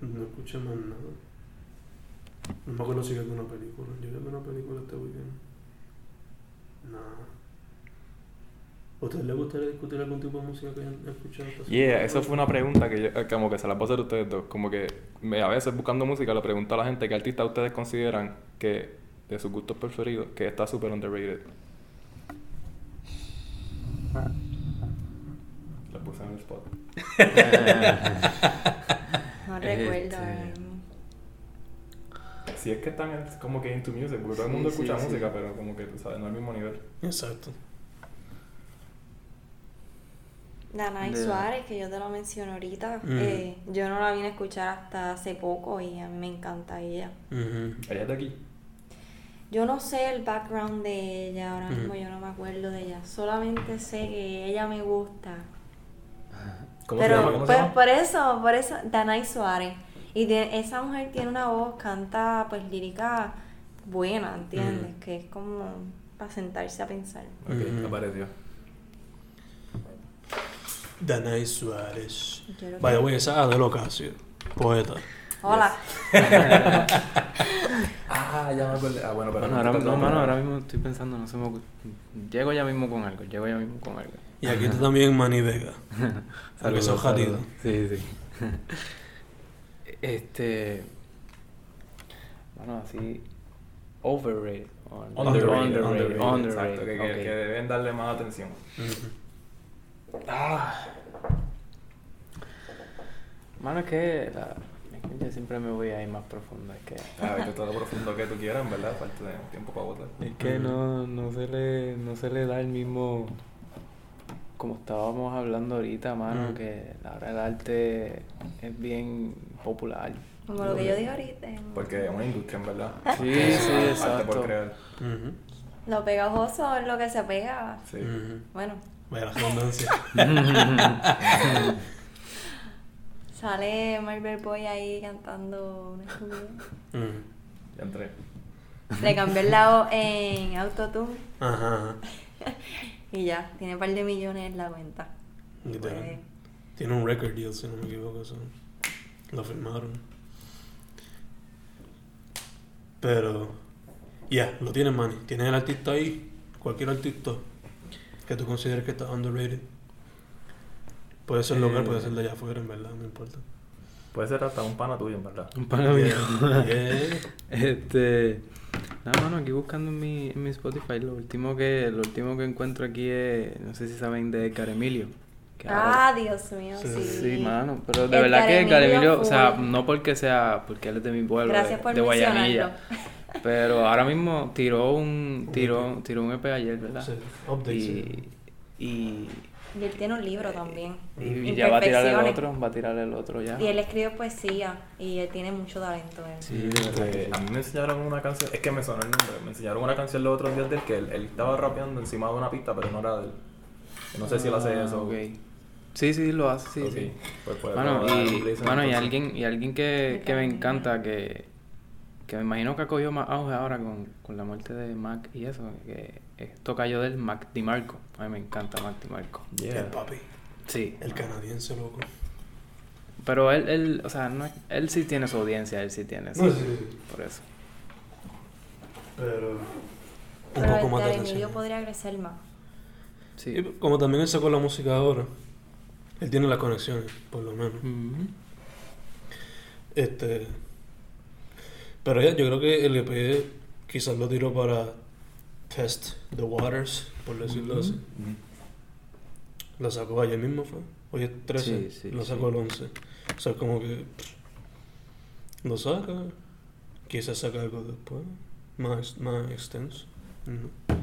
[SPEAKER 3] No escuché más nada. No me acuerdo si vi alguna película. Yo vi alguna película este weekend. No. ¿A ustedes les gustaría discutir algún tipo de música que hayan escuchado? esta
[SPEAKER 1] Yeah,
[SPEAKER 3] semana?
[SPEAKER 1] eso fue una pregunta que yo, eh, como que se la puedo hacer a ustedes dos. Como que me- a veces buscando música le pregunto a la gente qué artista ustedes consideran que de sus gustos preferidos que está súper underrated. Ah. La puse en el spot.
[SPEAKER 2] No
[SPEAKER 5] Este-
[SPEAKER 2] recuerdo eh. ahora mismo.
[SPEAKER 1] Si es que están en- como que into music, porque todo el
[SPEAKER 5] Sí,
[SPEAKER 1] mundo
[SPEAKER 5] sí,
[SPEAKER 1] escucha
[SPEAKER 5] sí.
[SPEAKER 1] música, pero como que tú sabes, no al mismo nivel.
[SPEAKER 3] Exacto.
[SPEAKER 2] Danay
[SPEAKER 5] De-
[SPEAKER 2] Suárez, que yo te lo menciono ahorita,
[SPEAKER 3] Mm.
[SPEAKER 2] eh, yo no la vine a escuchar hasta hace poco y a mí me encanta ella.
[SPEAKER 1] Ella es de aquí.
[SPEAKER 2] Yo no sé el background de ella ahora
[SPEAKER 3] Mm.
[SPEAKER 2] mismo, yo no me acuerdo de ella. Solamente sé que ella me gusta.
[SPEAKER 1] ¿Cómo se
[SPEAKER 2] pero
[SPEAKER 1] llama? ¿Cómo
[SPEAKER 2] pues
[SPEAKER 1] se llama?
[SPEAKER 2] por eso, por eso, Danay Suárez. Y de- esa mujer tiene una voz, canta pues lírica buena, ¿entiendes?
[SPEAKER 3] Mm.
[SPEAKER 2] Que es como para sentarse a pensar.
[SPEAKER 1] Ok,
[SPEAKER 3] Ujú.
[SPEAKER 1] apareció.
[SPEAKER 3] Danay Suárez.
[SPEAKER 2] Yo creo que-
[SPEAKER 3] Vaya, güey, esa es Adele Ocasio, poeta.
[SPEAKER 2] Hola.
[SPEAKER 1] Ah, ya me acordé. Ah, bueno, pero
[SPEAKER 5] Bueno, ahora, no, mano, ahora mismo estoy pensando, no se me ocurre. Llego ya mismo con algo, llego ya mismo con algo.
[SPEAKER 3] Y aquí está también Manny Vega. Aunque sea un jadido.
[SPEAKER 5] Sí, sí. este. Bueno, así. Overrated.
[SPEAKER 1] Underrated,
[SPEAKER 5] Underrated.
[SPEAKER 1] underrated,
[SPEAKER 5] Underrated.
[SPEAKER 1] Exacto, que, que-
[SPEAKER 5] ok.
[SPEAKER 1] que deben darle más atención.
[SPEAKER 5] Ah. Mano, es que. la- es que Yo siempre me voy a ir más profundo. Es que.
[SPEAKER 1] A ver, todo lo profundo que tú quieras, en verdad, falta de tiempo para votar.
[SPEAKER 5] Es que no, no se le, no se le da el mismo, como estábamos hablando ahorita, mano,
[SPEAKER 3] Mm.
[SPEAKER 5] que la hora del arte es bien popular.
[SPEAKER 2] Como lo que yo dije ahorita.
[SPEAKER 1] Porque es una industria, en verdad.
[SPEAKER 5] Sí,
[SPEAKER 1] Que es
[SPEAKER 5] sí,
[SPEAKER 1] arte
[SPEAKER 5] exacto.
[SPEAKER 1] por crear.
[SPEAKER 3] Ujú.
[SPEAKER 2] Lo pegajoso es lo que se pega.
[SPEAKER 1] Sí.
[SPEAKER 3] Ujú.
[SPEAKER 2] Bueno,
[SPEAKER 3] Vaya la redundancia.
[SPEAKER 2] sale Marvel Boy ahí cantando una estupidez.
[SPEAKER 3] Ujú.
[SPEAKER 1] Ya entré.
[SPEAKER 2] Le cambió el lado en Autotune
[SPEAKER 3] Ajá. ajá.
[SPEAKER 2] y ya, tiene un par de millones en la cuenta.
[SPEAKER 3] Y
[SPEAKER 2] Pues,
[SPEAKER 3] te- Tiene un record deal, si no me equivoco. Eso. Lo firmaron. Pero. Ya, lo tienes, Manny. Tienes el artista ahí, cualquier artista que tú consideres que está underrated. Puede ser local,
[SPEAKER 5] Eh.
[SPEAKER 3] puede ser de allá afuera, en verdad, no importa.
[SPEAKER 1] Puede ser hasta un pana tuyo, en verdad.
[SPEAKER 5] Un pana mío.
[SPEAKER 3] Yeah.
[SPEAKER 5] Este. Nada, mano, aquí buscando en mi, en mi Spotify. Lo último, que, lo último que encuentro aquí es. No sé si saben de Caremilio. que ahora-
[SPEAKER 2] Ah, Dios mío,
[SPEAKER 3] Sí.
[SPEAKER 2] sí.
[SPEAKER 5] Sí, mano. Pero de
[SPEAKER 2] El
[SPEAKER 5] verdad que Caremilio.
[SPEAKER 2] Caremilio
[SPEAKER 5] O sea,
[SPEAKER 2] full.
[SPEAKER 5] no porque sea. Porque él es de mi pueblo.
[SPEAKER 2] Gracias
[SPEAKER 5] de,
[SPEAKER 2] por
[SPEAKER 5] de Guayanilla.
[SPEAKER 2] mencionarlo.
[SPEAKER 5] Pero ahora mismo tiró un.
[SPEAKER 3] Un
[SPEAKER 5] Tiró, tiró un EP ayer, ¿verdad?
[SPEAKER 3] Sí, updates, sí.
[SPEAKER 5] Y. Y,
[SPEAKER 2] Y él tiene un libro también.
[SPEAKER 5] y ya va a tirar el
[SPEAKER 2] Imperfecciones.
[SPEAKER 5] otro. Va a tirar el otro ya.
[SPEAKER 2] Y él escribe poesía y él tiene mucho talento. él.
[SPEAKER 5] Sí, de verdad. que
[SPEAKER 1] Eh, a mí me enseñaron una canción, es que me sonó el nombre, me enseñaron una canción los otros días de él que él, él estaba rapeando encima de una pista, pero no era de él. No sé si él hace
[SPEAKER 5] Ah,
[SPEAKER 1] eso.
[SPEAKER 5] ok. Sí, sí, lo hace, sí,
[SPEAKER 1] Ok,
[SPEAKER 5] sí.
[SPEAKER 1] pues puede
[SPEAKER 5] Bueno,
[SPEAKER 1] probar
[SPEAKER 5] y,
[SPEAKER 1] un listen,
[SPEAKER 5] bueno, y
[SPEAKER 1] entonces.
[SPEAKER 5] alguien, y alguien que,
[SPEAKER 2] Me
[SPEAKER 5] que me
[SPEAKER 2] encanta.
[SPEAKER 5] encanta, que, que me imagino que ha cogido más auge ahora con, con la muerte de Mac y eso, que es tocayo del Mac DiMarco. A mí me encanta Mac DiMarco.
[SPEAKER 1] Yeah.
[SPEAKER 3] El papi,
[SPEAKER 5] Sí.
[SPEAKER 3] el canadiense loco.
[SPEAKER 5] Pero él, él, o sea, no, es- él sí tiene su audiencia, él sí tiene
[SPEAKER 3] No
[SPEAKER 5] su...
[SPEAKER 3] sé, sí,
[SPEAKER 5] Por eso.
[SPEAKER 3] pero un
[SPEAKER 2] Pero
[SPEAKER 3] poco
[SPEAKER 2] el
[SPEAKER 3] más de
[SPEAKER 2] Caremilio
[SPEAKER 3] atención.
[SPEAKER 2] podría crecer más.
[SPEAKER 5] Sí.
[SPEAKER 3] Y Como también él sacó la música ahora, él tiene las conexiones, por lo menos.
[SPEAKER 5] Ujú.
[SPEAKER 3] Este. Pero ya, yo creo que el EP quizás lo tiró para test the waters, por decirlo así. Lo sacó ayer mismo, fue. Hoy es 13,
[SPEAKER 5] Sí, sí,
[SPEAKER 3] lo
[SPEAKER 5] sí.
[SPEAKER 3] sacó el 11. O sea, como que. pff, Lo saca. Quizás saca algo después, más, más extenso. No.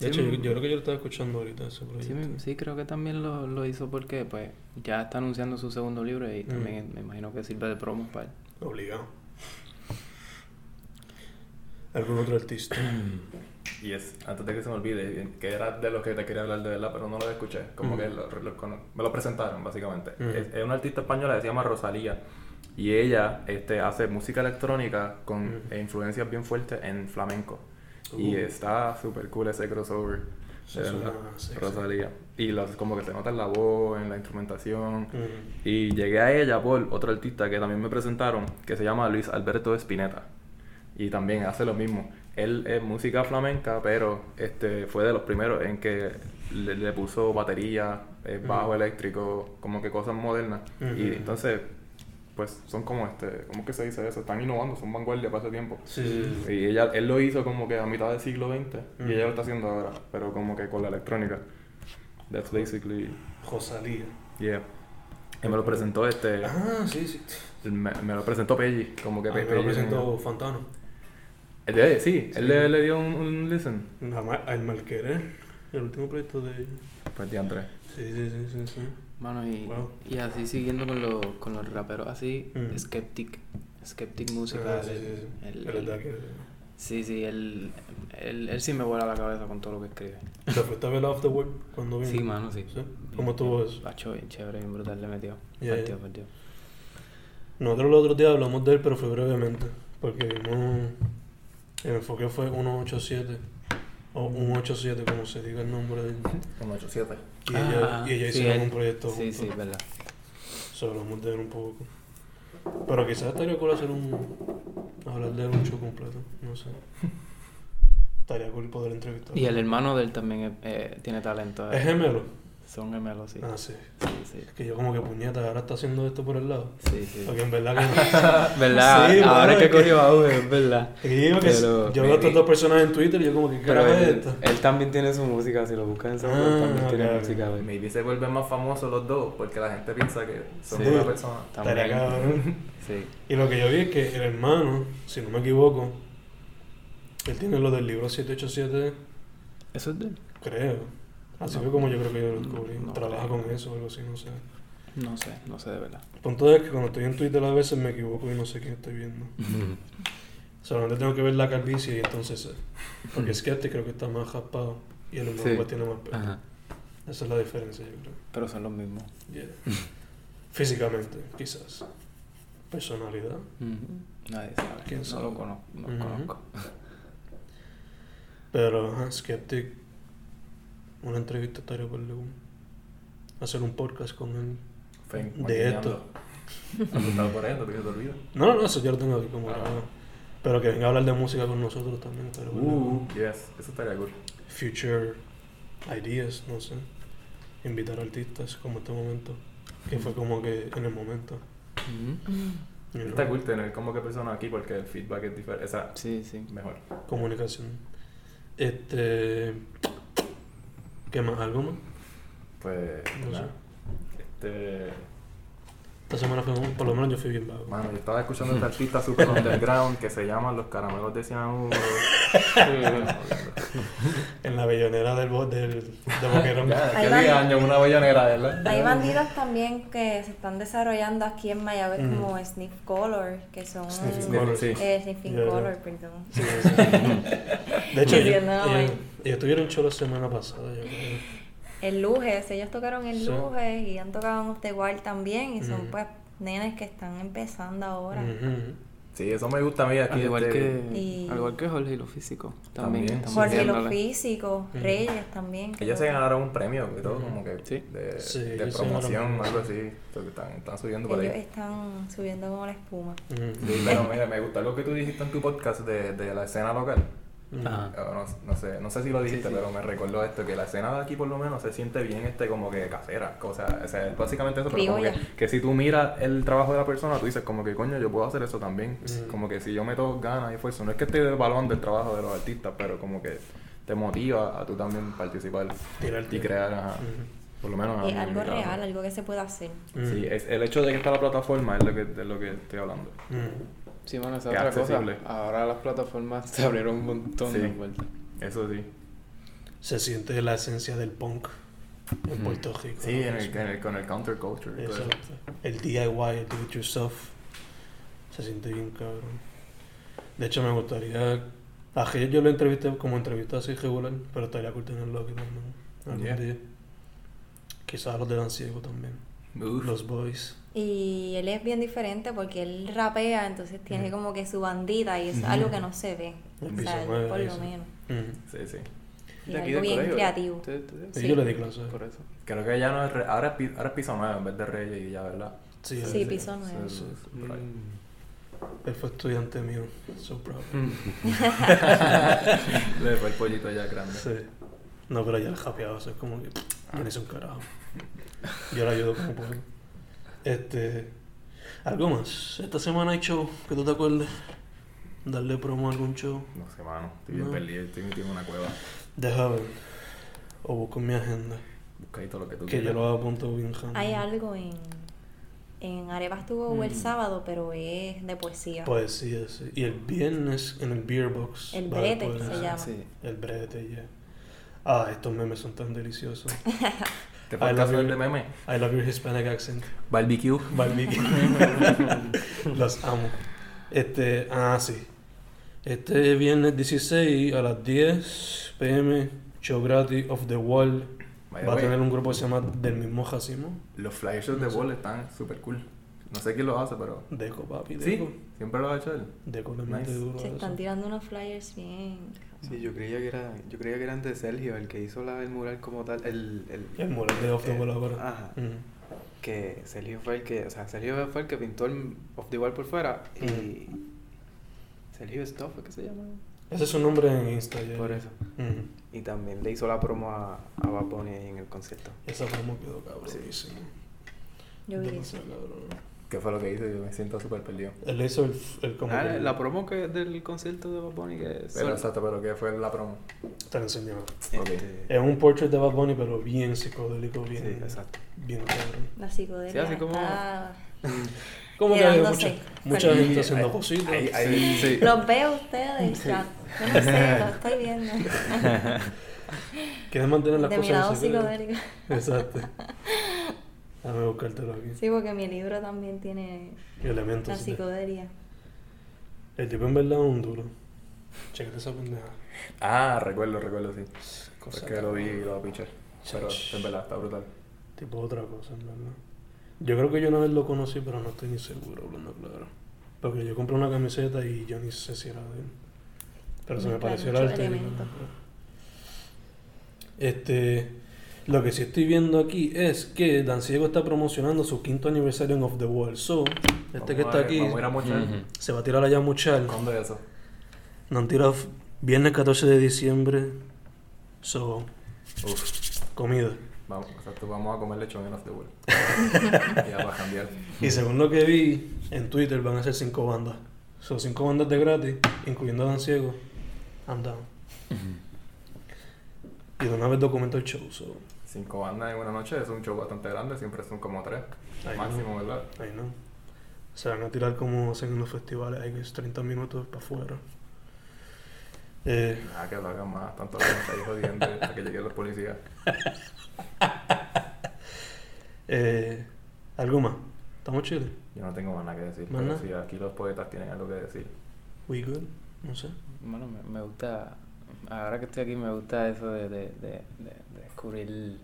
[SPEAKER 3] De
[SPEAKER 5] Sí,
[SPEAKER 3] hecho, yo,
[SPEAKER 5] me-
[SPEAKER 3] yo creo que yo lo estaba escuchando ahorita ese
[SPEAKER 5] Sí,
[SPEAKER 3] proyecto.
[SPEAKER 5] me- sí, creo que también lo, lo hizo porque pues ya está anunciando su segundo libro y
[SPEAKER 3] Mm.
[SPEAKER 5] también me imagino que sirve de promo para él.
[SPEAKER 3] Obligado. ¿Algún otro artista?
[SPEAKER 1] Y es, antes de que se me olvide, eh, que era de los que te quería hablar de verdad, pero no lo escuché. Como
[SPEAKER 3] Ujú.
[SPEAKER 1] que lo- lo cono- me lo presentaron, básicamente.
[SPEAKER 3] Ujú.
[SPEAKER 1] es, es una artista española que se llama Rosalía. Y ella este, hace música electrónica con
[SPEAKER 3] Ujú.
[SPEAKER 1] e influencias bien fuertes en flamenco. Y
[SPEAKER 3] Uh.
[SPEAKER 1] está súper cool ese crossover.
[SPEAKER 3] Eso
[SPEAKER 1] De verdad,
[SPEAKER 3] suena sexy.
[SPEAKER 1] Rosalía. Y los, como que se nota en la voz, en la instrumentación.
[SPEAKER 3] Mm.
[SPEAKER 1] Y llegué a ella por otro artista que también me presentaron, que se llama Luis Alberto Espineta. Y también hace lo mismo. Él es música flamenca, pero este fue de los primeros en que le, le puso batería, eh, bajo
[SPEAKER 3] Ujú.
[SPEAKER 1] eléctrico, como que cosas modernas.
[SPEAKER 3] Ujú.
[SPEAKER 1] Y entonces, pues son como este, ¿cómo que se dice eso? Están innovando, son vanguardia para ese tiempo.
[SPEAKER 3] Sí, sí, sí.
[SPEAKER 1] Y ella, él lo hizo como que a mitad del siglo XX
[SPEAKER 3] Ujú.
[SPEAKER 1] y ella lo está haciendo ahora, pero como que con la electrónica. That's basically,
[SPEAKER 3] Rosalía.
[SPEAKER 1] yeah. Y me lo presentó este...
[SPEAKER 3] Ah, sí, sí.
[SPEAKER 1] Me, me lo presentó Pelli, como que
[SPEAKER 3] Ah,
[SPEAKER 1] Pe-
[SPEAKER 3] me lo
[SPEAKER 1] Pelli
[SPEAKER 3] presentó Fantano.
[SPEAKER 1] tenía- Él le- sí,
[SPEAKER 3] Sí.
[SPEAKER 1] él le, le dio un, un listen.
[SPEAKER 3] Nada más, El Malquerer. El último proyecto de ellos.
[SPEAKER 1] Pues diantre.
[SPEAKER 3] Sí, sí, sí, sí. sí.
[SPEAKER 5] Mano, y,
[SPEAKER 3] Wow.
[SPEAKER 5] y así siguiendo con, lo- con los raperos así,
[SPEAKER 3] Mm.
[SPEAKER 5] Skeptic. Skeptic
[SPEAKER 3] Ah,
[SPEAKER 5] música.
[SPEAKER 3] sí,
[SPEAKER 5] el-
[SPEAKER 3] sí, sí.
[SPEAKER 5] el-
[SPEAKER 3] El
[SPEAKER 5] el-
[SPEAKER 3] ataque.
[SPEAKER 5] sí, sí, él, él, él sí me vuela la cabeza con todo lo que escribe.
[SPEAKER 3] ¿Te fuiste a ver Off the World cuando vino?
[SPEAKER 5] Sí, mano, sí.
[SPEAKER 3] ¿Sí? ¿Cómo estuvo eso?
[SPEAKER 5] Pacho, bien chévere, bien brutal, le metió.
[SPEAKER 3] Ya, ya.
[SPEAKER 5] Partió, partió.
[SPEAKER 3] Nosotros los otros días hablamos de él, pero fue brevemente. Porque vimos. El enfoque fue 187. O 187, como se diga el nombre de él.
[SPEAKER 1] Un 8-7.
[SPEAKER 3] Y ella,
[SPEAKER 5] Ah,
[SPEAKER 3] y ella
[SPEAKER 5] sí,
[SPEAKER 3] hicieron
[SPEAKER 5] él-
[SPEAKER 3] un proyecto
[SPEAKER 5] Sí,
[SPEAKER 3] juntos.
[SPEAKER 5] sí, verdad.
[SPEAKER 3] Solo hablamos de él un poco. Pero quizás estaría cool hacer un. hablar de él un show completo, no sé. Estaría cool poder entrevistarlo.
[SPEAKER 5] Y el hermano de él también eh, tiene talento. eh.
[SPEAKER 3] ¿Es gemelo?
[SPEAKER 5] Son gemelos, sí.
[SPEAKER 3] Ah, sí.
[SPEAKER 5] Sí, sí.
[SPEAKER 3] Es que yo, como que puñeta, ahora está haciendo esto por el lado.
[SPEAKER 5] Sí, sí.
[SPEAKER 3] Porque en verdad que.
[SPEAKER 5] ¿Verdad?
[SPEAKER 3] Sí,
[SPEAKER 5] Ahora
[SPEAKER 3] mano,
[SPEAKER 5] es que
[SPEAKER 3] es que-
[SPEAKER 5] cogió auge, es verdad.
[SPEAKER 3] Y yo, que
[SPEAKER 5] Pero-
[SPEAKER 3] yo veo a estas dos personas en Twitter y yo, como que, ¿qué
[SPEAKER 5] Pero
[SPEAKER 3] carajo es
[SPEAKER 5] él,
[SPEAKER 3] esto?
[SPEAKER 5] él también tiene su música, si lo buscan en SoundCloud,
[SPEAKER 3] Ah,
[SPEAKER 5] también tiene
[SPEAKER 3] ok.
[SPEAKER 5] música. ¿verdad?
[SPEAKER 1] Maybe se vuelven más famosos los dos porque la gente piensa que son
[SPEAKER 5] Sí.
[SPEAKER 1] una persona.
[SPEAKER 3] Estaría
[SPEAKER 5] También.
[SPEAKER 3] cabrón.
[SPEAKER 5] Sí.
[SPEAKER 3] Y lo que yo vi es que el hermano, si no me equivoco, él tiene lo del libro 787,
[SPEAKER 5] ¿Eso es de él?
[SPEAKER 3] creo. Así fue como yo creo que yo lo descubrí.
[SPEAKER 5] No
[SPEAKER 3] Trabaja
[SPEAKER 5] creo.
[SPEAKER 3] con eso o algo así, no sé.
[SPEAKER 5] No sé, no sé de verdad.
[SPEAKER 3] El punto es que cuando estoy en Twitter a veces me equivoco y no sé qué estoy viendo. Solamente tengo que ver la calvicie y entonces sé. Porque es que este creo que está más raspado y el
[SPEAKER 5] Sí.
[SPEAKER 3] hombre tiene más pelo.
[SPEAKER 5] Ajá.
[SPEAKER 3] Esa es la diferencia, yo creo.
[SPEAKER 5] Pero son los mismos.
[SPEAKER 3] Yeah. Físicamente, quizás. Personalidad.
[SPEAKER 5] Nadie sabe.
[SPEAKER 3] ¿Quién
[SPEAKER 5] no
[SPEAKER 3] sabe?
[SPEAKER 5] lo conozco. No
[SPEAKER 3] Ujú.
[SPEAKER 5] conozco.
[SPEAKER 3] Pero, ajá, Skeptic. Una entrevista estaría por luego. Hacer un podcast con él.
[SPEAKER 1] Fue
[SPEAKER 3] De esto.
[SPEAKER 1] maquineando. Asustado por él, no te olvidas.
[SPEAKER 3] No, no, no, eso yo lo tengo aquí como
[SPEAKER 1] Ah.
[SPEAKER 3] grabado. Pero que venga a hablar de música con nosotros también. estaría bueno.
[SPEAKER 1] Uh, yes, eso estaría cool.
[SPEAKER 3] Future ideas, no sé. Invitar artistas como este momento. Que fue como que en el momento.
[SPEAKER 5] Ujú.
[SPEAKER 3] you know,
[SPEAKER 1] Está cool tener como que personas aquí porque el feedback es diferente. O sea,
[SPEAKER 5] Sí, sí.
[SPEAKER 1] mejor.
[SPEAKER 3] Comunicación. Este. ¿Qué más? ¿Algo más?
[SPEAKER 1] Pues,
[SPEAKER 3] No sé.
[SPEAKER 1] nada. Este.
[SPEAKER 3] Esta semana fue un- por lo menos yo fui bien vago.
[SPEAKER 1] Mano, yo estaba escuchando a este artista super underground que se llama Los Caramelos de Cianuro.
[SPEAKER 3] En la bellonera del bot del de Boquerón.
[SPEAKER 1] Ya,
[SPEAKER 2] Ahí
[SPEAKER 1] qué
[SPEAKER 2] van-
[SPEAKER 1] años, una bellonera, ¿verdad?
[SPEAKER 2] Hay bandidos también que se están desarrollando aquí en Mayagüez
[SPEAKER 3] Ujú.
[SPEAKER 2] como Sniff Color, que son...
[SPEAKER 3] Sniffing
[SPEAKER 1] Sí,
[SPEAKER 3] Mm. Color.
[SPEAKER 1] sí.
[SPEAKER 2] Eh, Sniffing
[SPEAKER 3] Ya, ya.
[SPEAKER 2] Color, perdón.
[SPEAKER 3] Sí, sí, sí. De hecho,
[SPEAKER 2] Sí,
[SPEAKER 3] ellos,
[SPEAKER 2] no,
[SPEAKER 3] ellos-
[SPEAKER 2] man.
[SPEAKER 3] ellos tuvieron show la semana pasada. Yo creo.
[SPEAKER 2] El Luges, ellos tocaron el
[SPEAKER 3] Sí. Mm.
[SPEAKER 2] Luges y han tocado en Usted Igual también y son
[SPEAKER 3] Ujú.
[SPEAKER 2] pues nenes que están empezando ahora.
[SPEAKER 3] Ujú.
[SPEAKER 1] Sí, eso me gusta a mí
[SPEAKER 3] Ah,
[SPEAKER 1] aquí.
[SPEAKER 5] Al igual,
[SPEAKER 1] este,
[SPEAKER 5] que,
[SPEAKER 2] Y-
[SPEAKER 5] al igual que Jorge y lo físico. También.
[SPEAKER 1] También,
[SPEAKER 5] estamos
[SPEAKER 2] Jorge y los
[SPEAKER 5] dándole.
[SPEAKER 2] físicos,
[SPEAKER 3] Ujú.
[SPEAKER 2] Reyes también. que
[SPEAKER 1] Ellas se
[SPEAKER 2] tocan.
[SPEAKER 1] ganaron un premio y todo, como que
[SPEAKER 5] Sí.
[SPEAKER 1] de,
[SPEAKER 3] Sí,
[SPEAKER 1] de
[SPEAKER 3] ellos se
[SPEAKER 1] promoción
[SPEAKER 3] ganaron.
[SPEAKER 1] o algo así. Entonces, están, están subiendo por
[SPEAKER 2] Ellos
[SPEAKER 1] ahí.
[SPEAKER 2] están subiendo como la espuma.
[SPEAKER 3] Ujú.
[SPEAKER 1] Sí, pero mira, me gustó lo que tú dijiste en tu podcast de, de la escena local.
[SPEAKER 5] Ajá.
[SPEAKER 1] O No, no sé, no sé si lo dijiste,
[SPEAKER 5] Sí, sí.
[SPEAKER 1] pero me recordó esto, que la escena de aquí por lo menos se siente bien este como que casera. O sea, o sea, es básicamente eso, pero como que,
[SPEAKER 2] Criolla.
[SPEAKER 1] que si tú miras el trabajo de la persona, tú dices como que coño, yo puedo hacer eso también.
[SPEAKER 3] Mm.
[SPEAKER 1] Como que si yo meto ganas y esfuerzo, no es que esté del balón del trabajo de los artistas, pero como que te motiva a tú también participar
[SPEAKER 3] Tirarte.
[SPEAKER 1] y crear, ajá.
[SPEAKER 3] Ujú.
[SPEAKER 1] por lo
[SPEAKER 3] Ah,
[SPEAKER 1] menos... a
[SPEAKER 2] Es
[SPEAKER 1] mí,
[SPEAKER 2] algo
[SPEAKER 1] mi caso.
[SPEAKER 2] real, algo que se puede hacer.
[SPEAKER 1] Sí, eh. es, el hecho de que está la plataforma es lo que, de lo que estoy hablando.
[SPEAKER 3] Ujú.
[SPEAKER 5] Sí, bueno, esa
[SPEAKER 1] Qué
[SPEAKER 5] es otra
[SPEAKER 1] accesible.
[SPEAKER 5] cosa. Ahora las plataformas se abrieron un montón
[SPEAKER 1] Sí.
[SPEAKER 5] de puertas.
[SPEAKER 1] Eso sí.
[SPEAKER 3] Se siente la esencia del punk en
[SPEAKER 5] Ujú.
[SPEAKER 3] Puerto Rico.
[SPEAKER 1] Sí,
[SPEAKER 3] ¿no?
[SPEAKER 1] en el, en el- con el counterculture. y todo eso.
[SPEAKER 3] Exacto. El DIY, el do it yourself. Se siente bien cabrón. De hecho, me gustaría. A G yo lo entrevisté como entrevista así regular, pero estaría cool tenerlo aquí también. Algún
[SPEAKER 1] Yeah.
[SPEAKER 3] día. Quizás a los de Dan Ciego también.
[SPEAKER 1] Uf.
[SPEAKER 3] Los boys.
[SPEAKER 2] Y él es bien diferente porque él rapea, entonces tiene
[SPEAKER 3] Ujú.
[SPEAKER 2] como que su bandita y es
[SPEAKER 3] Ujú.
[SPEAKER 2] algo que no se ve.
[SPEAKER 3] El
[SPEAKER 2] O
[SPEAKER 3] piso
[SPEAKER 2] sea,
[SPEAKER 3] nueve,
[SPEAKER 2] por lo
[SPEAKER 3] eso.
[SPEAKER 2] menos.
[SPEAKER 3] Ujú.
[SPEAKER 1] Sí, sí.
[SPEAKER 2] Y
[SPEAKER 5] De aquí
[SPEAKER 2] algo
[SPEAKER 5] del
[SPEAKER 2] bien
[SPEAKER 5] colegio,
[SPEAKER 2] creativo.
[SPEAKER 5] ¿verdad? Ustedes-
[SPEAKER 3] Sí,
[SPEAKER 5] sí,
[SPEAKER 3] yo le di clase.
[SPEAKER 5] Por eso.
[SPEAKER 1] Creo que ya no es. re- ahora, es pi- ahora es piso 9 en vez de Reyes y ya, ¿verdad?
[SPEAKER 3] Sí,
[SPEAKER 2] Sí,
[SPEAKER 3] él-
[SPEAKER 2] piso nueve.
[SPEAKER 1] Sí, sí,
[SPEAKER 5] Mm.
[SPEAKER 1] sí, por ahí.
[SPEAKER 3] Mm. Él fue estudiante mío. So proud.
[SPEAKER 1] Le fue el pollito ya grande.
[SPEAKER 3] Sí. No, pero ya el japeado, eso es como que me hizo un carajo. Yo le ayudo como puedo. Este. Algo más. Esta semana hay show, que tú te acuerdes. Darle promo a algún show.
[SPEAKER 1] No sé, mano. Estoy bien
[SPEAKER 3] No.
[SPEAKER 1] perdido. Estoy metido en una cueva.
[SPEAKER 3] Deja ver. O busco en mi agenda.
[SPEAKER 1] Busca ahí todo lo que tú
[SPEAKER 3] Que yo
[SPEAKER 1] quieras.
[SPEAKER 3] lo apunto bien random.
[SPEAKER 2] Hay algo en. En Arepas estuvo el
[SPEAKER 5] Mm.
[SPEAKER 2] sábado, pero es de poesía.
[SPEAKER 3] Poesía, Pues sí. Y el viernes en el Beer Box.
[SPEAKER 2] El
[SPEAKER 3] va a haber
[SPEAKER 2] brete, se
[SPEAKER 3] poesía.
[SPEAKER 2] llama.
[SPEAKER 5] Sí.
[SPEAKER 3] El brete, ya. Ah, estos memes son tan deliciosos.
[SPEAKER 1] ¿Te
[SPEAKER 3] I
[SPEAKER 1] podcast
[SPEAKER 3] love
[SPEAKER 1] el
[SPEAKER 3] you.
[SPEAKER 1] de meme?
[SPEAKER 3] I love your Hispanic accent.
[SPEAKER 1] Barbecue.
[SPEAKER 3] Barbecue. Los amo. Este, ah, sí. Este viernes 16 a las 10 pm, show gratis of the wall.
[SPEAKER 1] By the
[SPEAKER 3] Va a
[SPEAKER 1] way,
[SPEAKER 3] tener un grupo que se llama Del mismo Jacimo.
[SPEAKER 1] Los flyers de Wall están súper cool. No sé quién los hace, pero.
[SPEAKER 3] Deco, papi. Deco.
[SPEAKER 1] Sí, siempre lo ha hecho él.
[SPEAKER 3] Deco le mete
[SPEAKER 1] Nice.
[SPEAKER 3] duro. a
[SPEAKER 2] Se
[SPEAKER 3] eso.
[SPEAKER 2] están tirando unos flyers bien.
[SPEAKER 5] Sí, yo creía que era, yo creía que eran de Sergio, el que hizo la, el mural como tal, el, el,
[SPEAKER 3] El mural de Off the
[SPEAKER 5] eh,
[SPEAKER 3] Wall ahora.
[SPEAKER 5] Ajá.
[SPEAKER 3] Mm.
[SPEAKER 5] Que Sergio fue el que, o sea, Sergio fue el que pintó el Off the Wall por fuera y
[SPEAKER 3] Mm.
[SPEAKER 5] Sergio Stuff, ¿qué se llama?
[SPEAKER 3] Ese es su nombre en Insta. ya.
[SPEAKER 5] Por eso.
[SPEAKER 3] Mm.
[SPEAKER 5] Y también le hizo la promo a, a Bad Bunny ahí en el concierto.
[SPEAKER 3] Esa promo quedó cabronísima.
[SPEAKER 2] Yo vi eso.
[SPEAKER 3] Demasiado cabrón.
[SPEAKER 1] ¿Qué fue lo que hizo? Yo me siento súper perdido.
[SPEAKER 3] Él le hizo el, el como
[SPEAKER 5] Ah,
[SPEAKER 3] que-
[SPEAKER 5] la promo que del concierto de Bad Bunny que es
[SPEAKER 1] Pero
[SPEAKER 5] sol-
[SPEAKER 1] exacto, pero ¿qué fue la promo?
[SPEAKER 3] Te lo enseñaba.
[SPEAKER 5] este,
[SPEAKER 3] Es un portrait de Bad Bunny, pero bien psicodélico, bien.
[SPEAKER 5] sí, exacto.
[SPEAKER 3] Bien cabrón.
[SPEAKER 2] La psicodelia.
[SPEAKER 5] Sí, así como-
[SPEAKER 2] está-
[SPEAKER 3] Como que hay
[SPEAKER 2] Quedándose.
[SPEAKER 3] mucha, mucha
[SPEAKER 2] Perdón.
[SPEAKER 3] gente haciendo cositas.
[SPEAKER 1] Ahí,
[SPEAKER 5] Sí,
[SPEAKER 1] ahí.
[SPEAKER 5] sí.
[SPEAKER 2] Los veo a ustedes, chat. Yo no sé, lo estoy viendo.
[SPEAKER 3] Quieren mantener las
[SPEAKER 2] de mi lado
[SPEAKER 3] cosas en secreto.
[SPEAKER 2] psicodélico.
[SPEAKER 3] Exacto. Déjame buscártelo aquí.
[SPEAKER 2] Sí, porque mi libro también tiene la
[SPEAKER 3] Elementos. de-
[SPEAKER 2] psicodelia.
[SPEAKER 3] El tipo en verdad es un duro. Chécate esa pendeja.
[SPEAKER 1] Ah, recuerdo, recuerdo, sí.
[SPEAKER 3] Cosa
[SPEAKER 1] es que lo vi y lo piché. Pero
[SPEAKER 3] Chach.
[SPEAKER 1] en verdad, está brutal.
[SPEAKER 3] Tipo otra cosa, en verdad. Yo creo que yo una vez lo conocí, pero no estoy ni seguro, hablando claro. Porque yo compré una camiseta y yo ni sé si era de él. Pero se me
[SPEAKER 2] Mezclar
[SPEAKER 3] pareció el
[SPEAKER 2] muchos
[SPEAKER 3] arte. y yo la
[SPEAKER 2] elementos.
[SPEAKER 3] compré. Este, lo que sí estoy viendo aquí es que Dan Ciego está promocionando su quinto aniversario en Off the Wall. So, este que
[SPEAKER 1] Vamos
[SPEAKER 3] está
[SPEAKER 1] a ver,
[SPEAKER 3] aquí
[SPEAKER 1] Vamos a ir a mostrar.
[SPEAKER 5] Ujú.
[SPEAKER 3] se va a tirar allá a muchar.
[SPEAKER 1] ¿Cuándo es eso?
[SPEAKER 3] No han tirado f- viernes 14 de diciembre. So,
[SPEAKER 1] Uf,
[SPEAKER 3] comida.
[SPEAKER 1] vamos, exacto, vamos a comer lechoneros de vuelta. ya va a cambiar.
[SPEAKER 3] Y según lo que vi en Twitter, van a ser cinco bandas. Son cinco bandas de gratis, incluyendo a Dan Ciego. I'm down. Y de una vez documento el show, so,
[SPEAKER 1] Cinco bandas en una noche es un show bastante grande, siempre son como tres,
[SPEAKER 3] Ay,
[SPEAKER 1] máximo, ¿verdad?
[SPEAKER 3] ahí no. Se van a tirar como hacen en los festivales, hay que es 30 minutos para afuera. Eh,
[SPEAKER 1] Nada, que lo hagan más, tanto que me estáis jodiendo hasta que lleguen los policías.
[SPEAKER 3] eh, ¿Algo más? ¿Estamos chiles?
[SPEAKER 1] Yo no tengo más nada que decir,
[SPEAKER 3] ¿Más
[SPEAKER 1] pero
[SPEAKER 3] nada?
[SPEAKER 1] si aquí los poetas tienen algo que decir.
[SPEAKER 3] ¿We good? No sé.
[SPEAKER 5] Bueno, me, me gusta. Ahora que estoy aquí, me gusta eso de, de, de, de- de descubrir.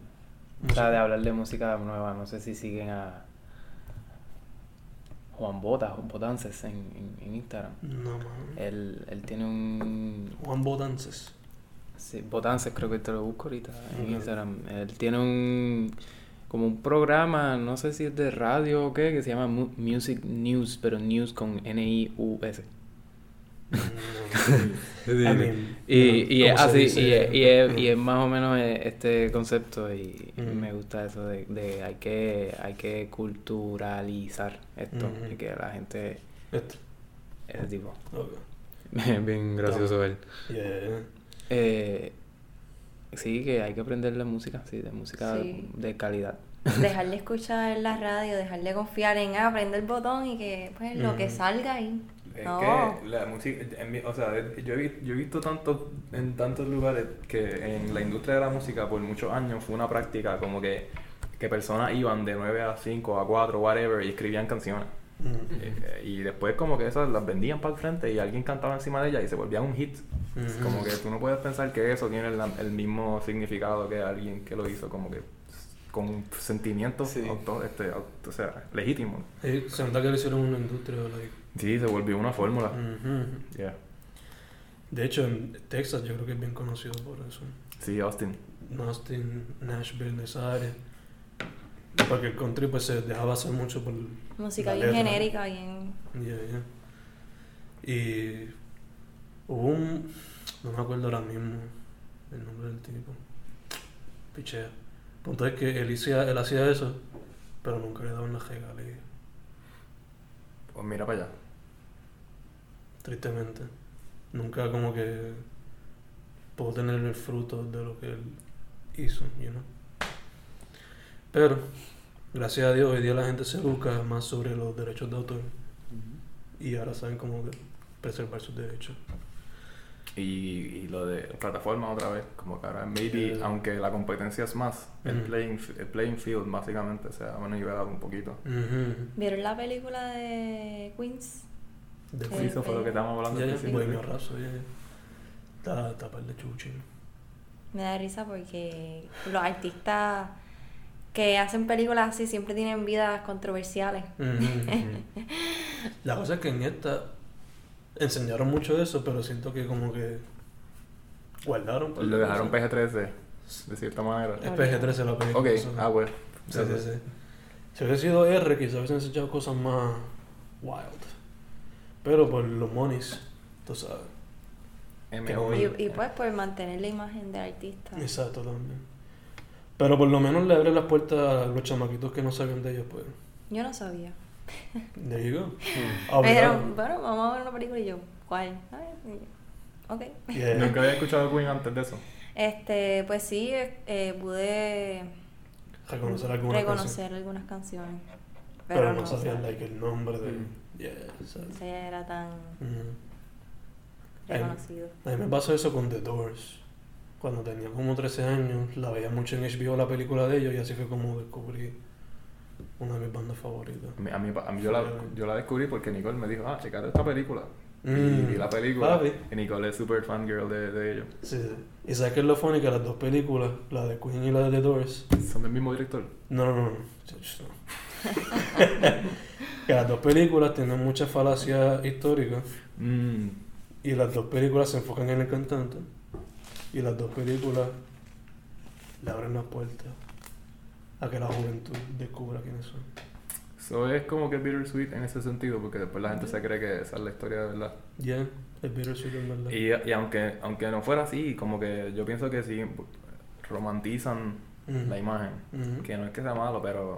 [SPEAKER 5] O sea,
[SPEAKER 3] Música.
[SPEAKER 5] de hablar de música nueva. No sé si siguen a. Juan Botas, Juan Botances en, en, en Instagram.
[SPEAKER 3] No, man.
[SPEAKER 5] Él, él tiene un.
[SPEAKER 3] Juan Botances.
[SPEAKER 5] Sí, Botances, creo que te lo busco ahorita en
[SPEAKER 3] Ok.
[SPEAKER 5] Instagram. Él tiene un. Como un programa, no sé si es de radio o qué, que se llama Mu- Music News, pero news con N-I-U-S.
[SPEAKER 3] No, I mean,
[SPEAKER 5] Eh, Y, y es
[SPEAKER 3] ¿cómo se
[SPEAKER 5] así,
[SPEAKER 3] dice?
[SPEAKER 5] y, es- y es, y es
[SPEAKER 3] Mm.
[SPEAKER 5] más o menos eh, este concepto y
[SPEAKER 3] Ujú.
[SPEAKER 5] me gusta eso de, de hay que hay que culturalizar esto
[SPEAKER 3] Ujú.
[SPEAKER 5] y que la gente
[SPEAKER 3] Este.
[SPEAKER 5] ese tipo
[SPEAKER 3] Ok.
[SPEAKER 5] bien
[SPEAKER 3] gracioso
[SPEAKER 5] él
[SPEAKER 3] Yeah.
[SPEAKER 5] eh, sí que hay que aprender la música sí de música
[SPEAKER 2] Sí.
[SPEAKER 5] de calidad
[SPEAKER 2] Dejarle escuchar la radio, dejarle confiar en ah, prende el botón y que pues lo que
[SPEAKER 3] Ujú.
[SPEAKER 2] salga ahí.
[SPEAKER 1] Es
[SPEAKER 2] No.
[SPEAKER 1] que Eh, la música, en mi- o sea, es- yo he, vi- yo he visto tanto, en tantos lugares que en la industria de la música por muchos años fue una práctica como que, que personas iban de 9 a 5 a 4, whatever, y escribían canciones.
[SPEAKER 3] Mm.
[SPEAKER 1] Eh, eh, y después como que esas las vendían para el frente y alguien cantaba encima de ellas y se volvía un hit. Es
[SPEAKER 3] Ujú.
[SPEAKER 1] Como que tú no puedes pensar que eso tiene la- el mismo significado que alguien que lo hizo como que con sentimientos
[SPEAKER 5] Sí.
[SPEAKER 1] auto- este, auto- o sea, legítimos.
[SPEAKER 3] Sí, Eh, se nota que le hicieron una industria. like,
[SPEAKER 1] Sí, se volvió una fórmula.
[SPEAKER 3] ujú.
[SPEAKER 1] Yeah.
[SPEAKER 3] De hecho, en Texas yo creo que es bien conocido por eso.
[SPEAKER 1] Sí, Austin.
[SPEAKER 3] Austin, Nashville, esa área. Porque el country pues se dejaba hacer mucho por...
[SPEAKER 2] Música
[SPEAKER 3] La
[SPEAKER 2] bien
[SPEAKER 3] letra.
[SPEAKER 2] genérica, bien.
[SPEAKER 3] Yeah, yeah. Y hubo un... No me acuerdo ahora mismo el nombre del tipo. Pichea. Punto es que él hacía, él hacía eso, pero nunca le daban la regalías,
[SPEAKER 1] Pues mira para allá.
[SPEAKER 3] tristemente. Nunca como que pudo tener el fruto de lo que él hizo, you know. Pero, gracias a Dios, hoy día la gente se busca más sobre los derechos de autor y ahora saben cómo preservar sus derechos.
[SPEAKER 1] Y, y lo de plataforma otra vez, como que ahora maybe,
[SPEAKER 3] Yeah.
[SPEAKER 1] aunque la competencia es más, el,
[SPEAKER 3] Mm.
[SPEAKER 1] playing, f- el playing field básicamente se ha nivelado un poquito.
[SPEAKER 3] Ujú.
[SPEAKER 2] ¿Vieron la película de Queens?
[SPEAKER 3] De
[SPEAKER 2] Sí,
[SPEAKER 1] Sí, eso fue lo que estábamos hablando.
[SPEAKER 3] Ya,
[SPEAKER 1] al
[SPEAKER 3] ya,
[SPEAKER 1] principio.
[SPEAKER 3] Bohemian Rhapsody, ya, ya. Está, está par de chuchín.
[SPEAKER 2] Me da risa porque los artistas que hacen películas así siempre tienen vidas controversiales.
[SPEAKER 3] Ujú. La cosa es que en esta enseñaron mucho de eso, pero siento que como que guardaron. pues.
[SPEAKER 1] Lo dejaron
[SPEAKER 3] pegar.
[SPEAKER 1] PG-13, de cierta manera.
[SPEAKER 3] Es PG-13 la película.
[SPEAKER 1] Ok,
[SPEAKER 3] so-
[SPEAKER 1] ah, bueno.
[SPEAKER 3] Sí, sí, sí. Si hubiese sido R, quizás hubiesen enseñado cosas más wild. Pero por los monies, tú sabes.
[SPEAKER 1] M.O.
[SPEAKER 2] Y, y pues por mantener la imagen del artista.
[SPEAKER 3] Exacto, también. Pero por lo menos le abre las puertas a los chamaquitos que no sabían de ellos, pues.
[SPEAKER 2] Yo no sabía.
[SPEAKER 3] De ellos.
[SPEAKER 1] Hmm.
[SPEAKER 3] Ah,
[SPEAKER 2] Me dijeron, bueno, vamos a ver una película y yo, ¿cuál? Ah, y yo, Ok.
[SPEAKER 3] Eh.
[SPEAKER 1] Nunca había escuchado Queen antes de eso.
[SPEAKER 2] Este, pues sí, eh, pude
[SPEAKER 3] Reconocer algunas
[SPEAKER 2] reconocer algunas canciones.
[SPEAKER 3] canciones.
[SPEAKER 2] Pero, no,
[SPEAKER 3] sabían
[SPEAKER 2] sabía.
[SPEAKER 3] like, el nombre de.
[SPEAKER 1] Hmm.
[SPEAKER 3] Yeah,
[SPEAKER 2] No
[SPEAKER 3] exacto. Hmm.
[SPEAKER 2] se era tan
[SPEAKER 3] Ujú. Ay,
[SPEAKER 2] reconocido.
[SPEAKER 3] A mí me pasó eso con The Doors. Cuando tenía como 13 años, la veía mucho en HBO la película de ellos y así fue como descubrí una de mis bandas favoritas.
[SPEAKER 1] A mí, a mí- a mí yo, la, yo la descubrí porque Nicole me dijo, ah, checate esta película. Y
[SPEAKER 3] Mm.
[SPEAKER 1] vi la película.
[SPEAKER 3] Papi.
[SPEAKER 1] Y Nicole es super fangirl de, de ellos.
[SPEAKER 3] Sí, sí. Y sabes que es lo funny que las dos películas, la de Queen y la de The Doors,
[SPEAKER 1] Son del mismo director.
[SPEAKER 3] no, no, no, no. Ch- ch- no. que las dos películas tienen mucha falacia histórica
[SPEAKER 1] Mm,
[SPEAKER 3] y las dos películas se enfocan en el cantante y las dos películas le abren la puerta a que la juventud descubra quiénes son.
[SPEAKER 1] So es como que bittersweet en ese sentido, porque después la gente se cree que esa es la historia de verdad.
[SPEAKER 3] Ya, es bittersweet en verdad.
[SPEAKER 1] Y, y aunque, aunque no fuera así, como que yo pienso que sí romantizan
[SPEAKER 3] Ujú.
[SPEAKER 1] la imagen.
[SPEAKER 3] Ujú.
[SPEAKER 1] Que no es que sea malo, pero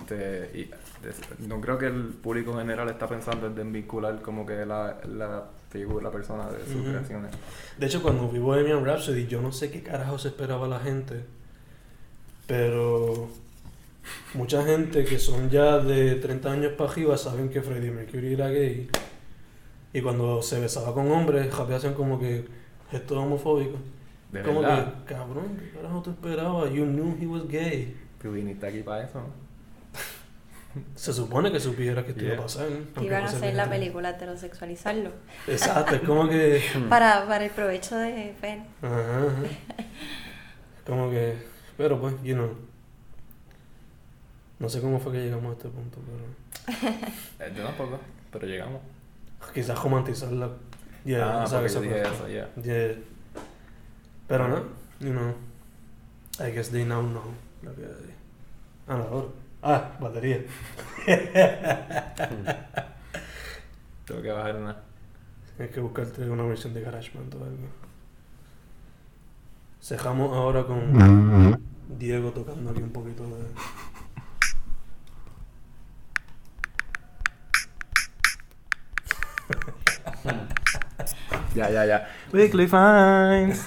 [SPEAKER 1] este, y- es- no creo que el público en general está pensando en vincular como que la, la figura, la persona de sus
[SPEAKER 3] Ujú.
[SPEAKER 1] creaciones.
[SPEAKER 3] De hecho, cuando vi Bohemian Rhapsody, yo no sé qué carajo se esperaba la gente. Pero mucha gente que son ya de 30 años para arriba saben que Freddie Mercury era gay. Y cuando se besaba con hombres, rápido hacen como que esto es homofóbico.
[SPEAKER 1] De
[SPEAKER 3] como
[SPEAKER 1] verdad,
[SPEAKER 3] que, cabrón, ¿qué carajo te esperaba? You knew he was gay.
[SPEAKER 1] tú viniste aquí para eso.
[SPEAKER 3] Se supone que supiera que esto iba a
[SPEAKER 1] Yeah.
[SPEAKER 3] pasar. ¿eh?
[SPEAKER 2] Que
[SPEAKER 3] Aunque
[SPEAKER 2] iban a
[SPEAKER 3] no se
[SPEAKER 2] hacer la
[SPEAKER 3] viera.
[SPEAKER 2] película heterosexualizarlo.
[SPEAKER 3] Exacto, es como que.
[SPEAKER 2] Para, para el provecho de Fer.
[SPEAKER 3] Ajá, ajá. Como que. Pero pues, you know. No sé cómo fue que llegamos a este punto, pero.
[SPEAKER 1] Eh, yo tampoco, pero llegamos.
[SPEAKER 3] Quizás romantizarla.
[SPEAKER 1] ah,
[SPEAKER 3] Yeah,
[SPEAKER 1] porque
[SPEAKER 3] sabes
[SPEAKER 1] yo dije
[SPEAKER 3] esa
[SPEAKER 1] eso, ya.
[SPEAKER 3] parte. Yeah. Pero no, you know. I guess they now know. Lo que Ah, no, ahora. Ah, batería.
[SPEAKER 1] Tengo que bajar una.
[SPEAKER 3] Tienes que buscarte una versión de GarageBand o algo. Cejamos ahora con Diego tocando aquí un poquito de.
[SPEAKER 1] Ya, ya, ya. Weekly Finds.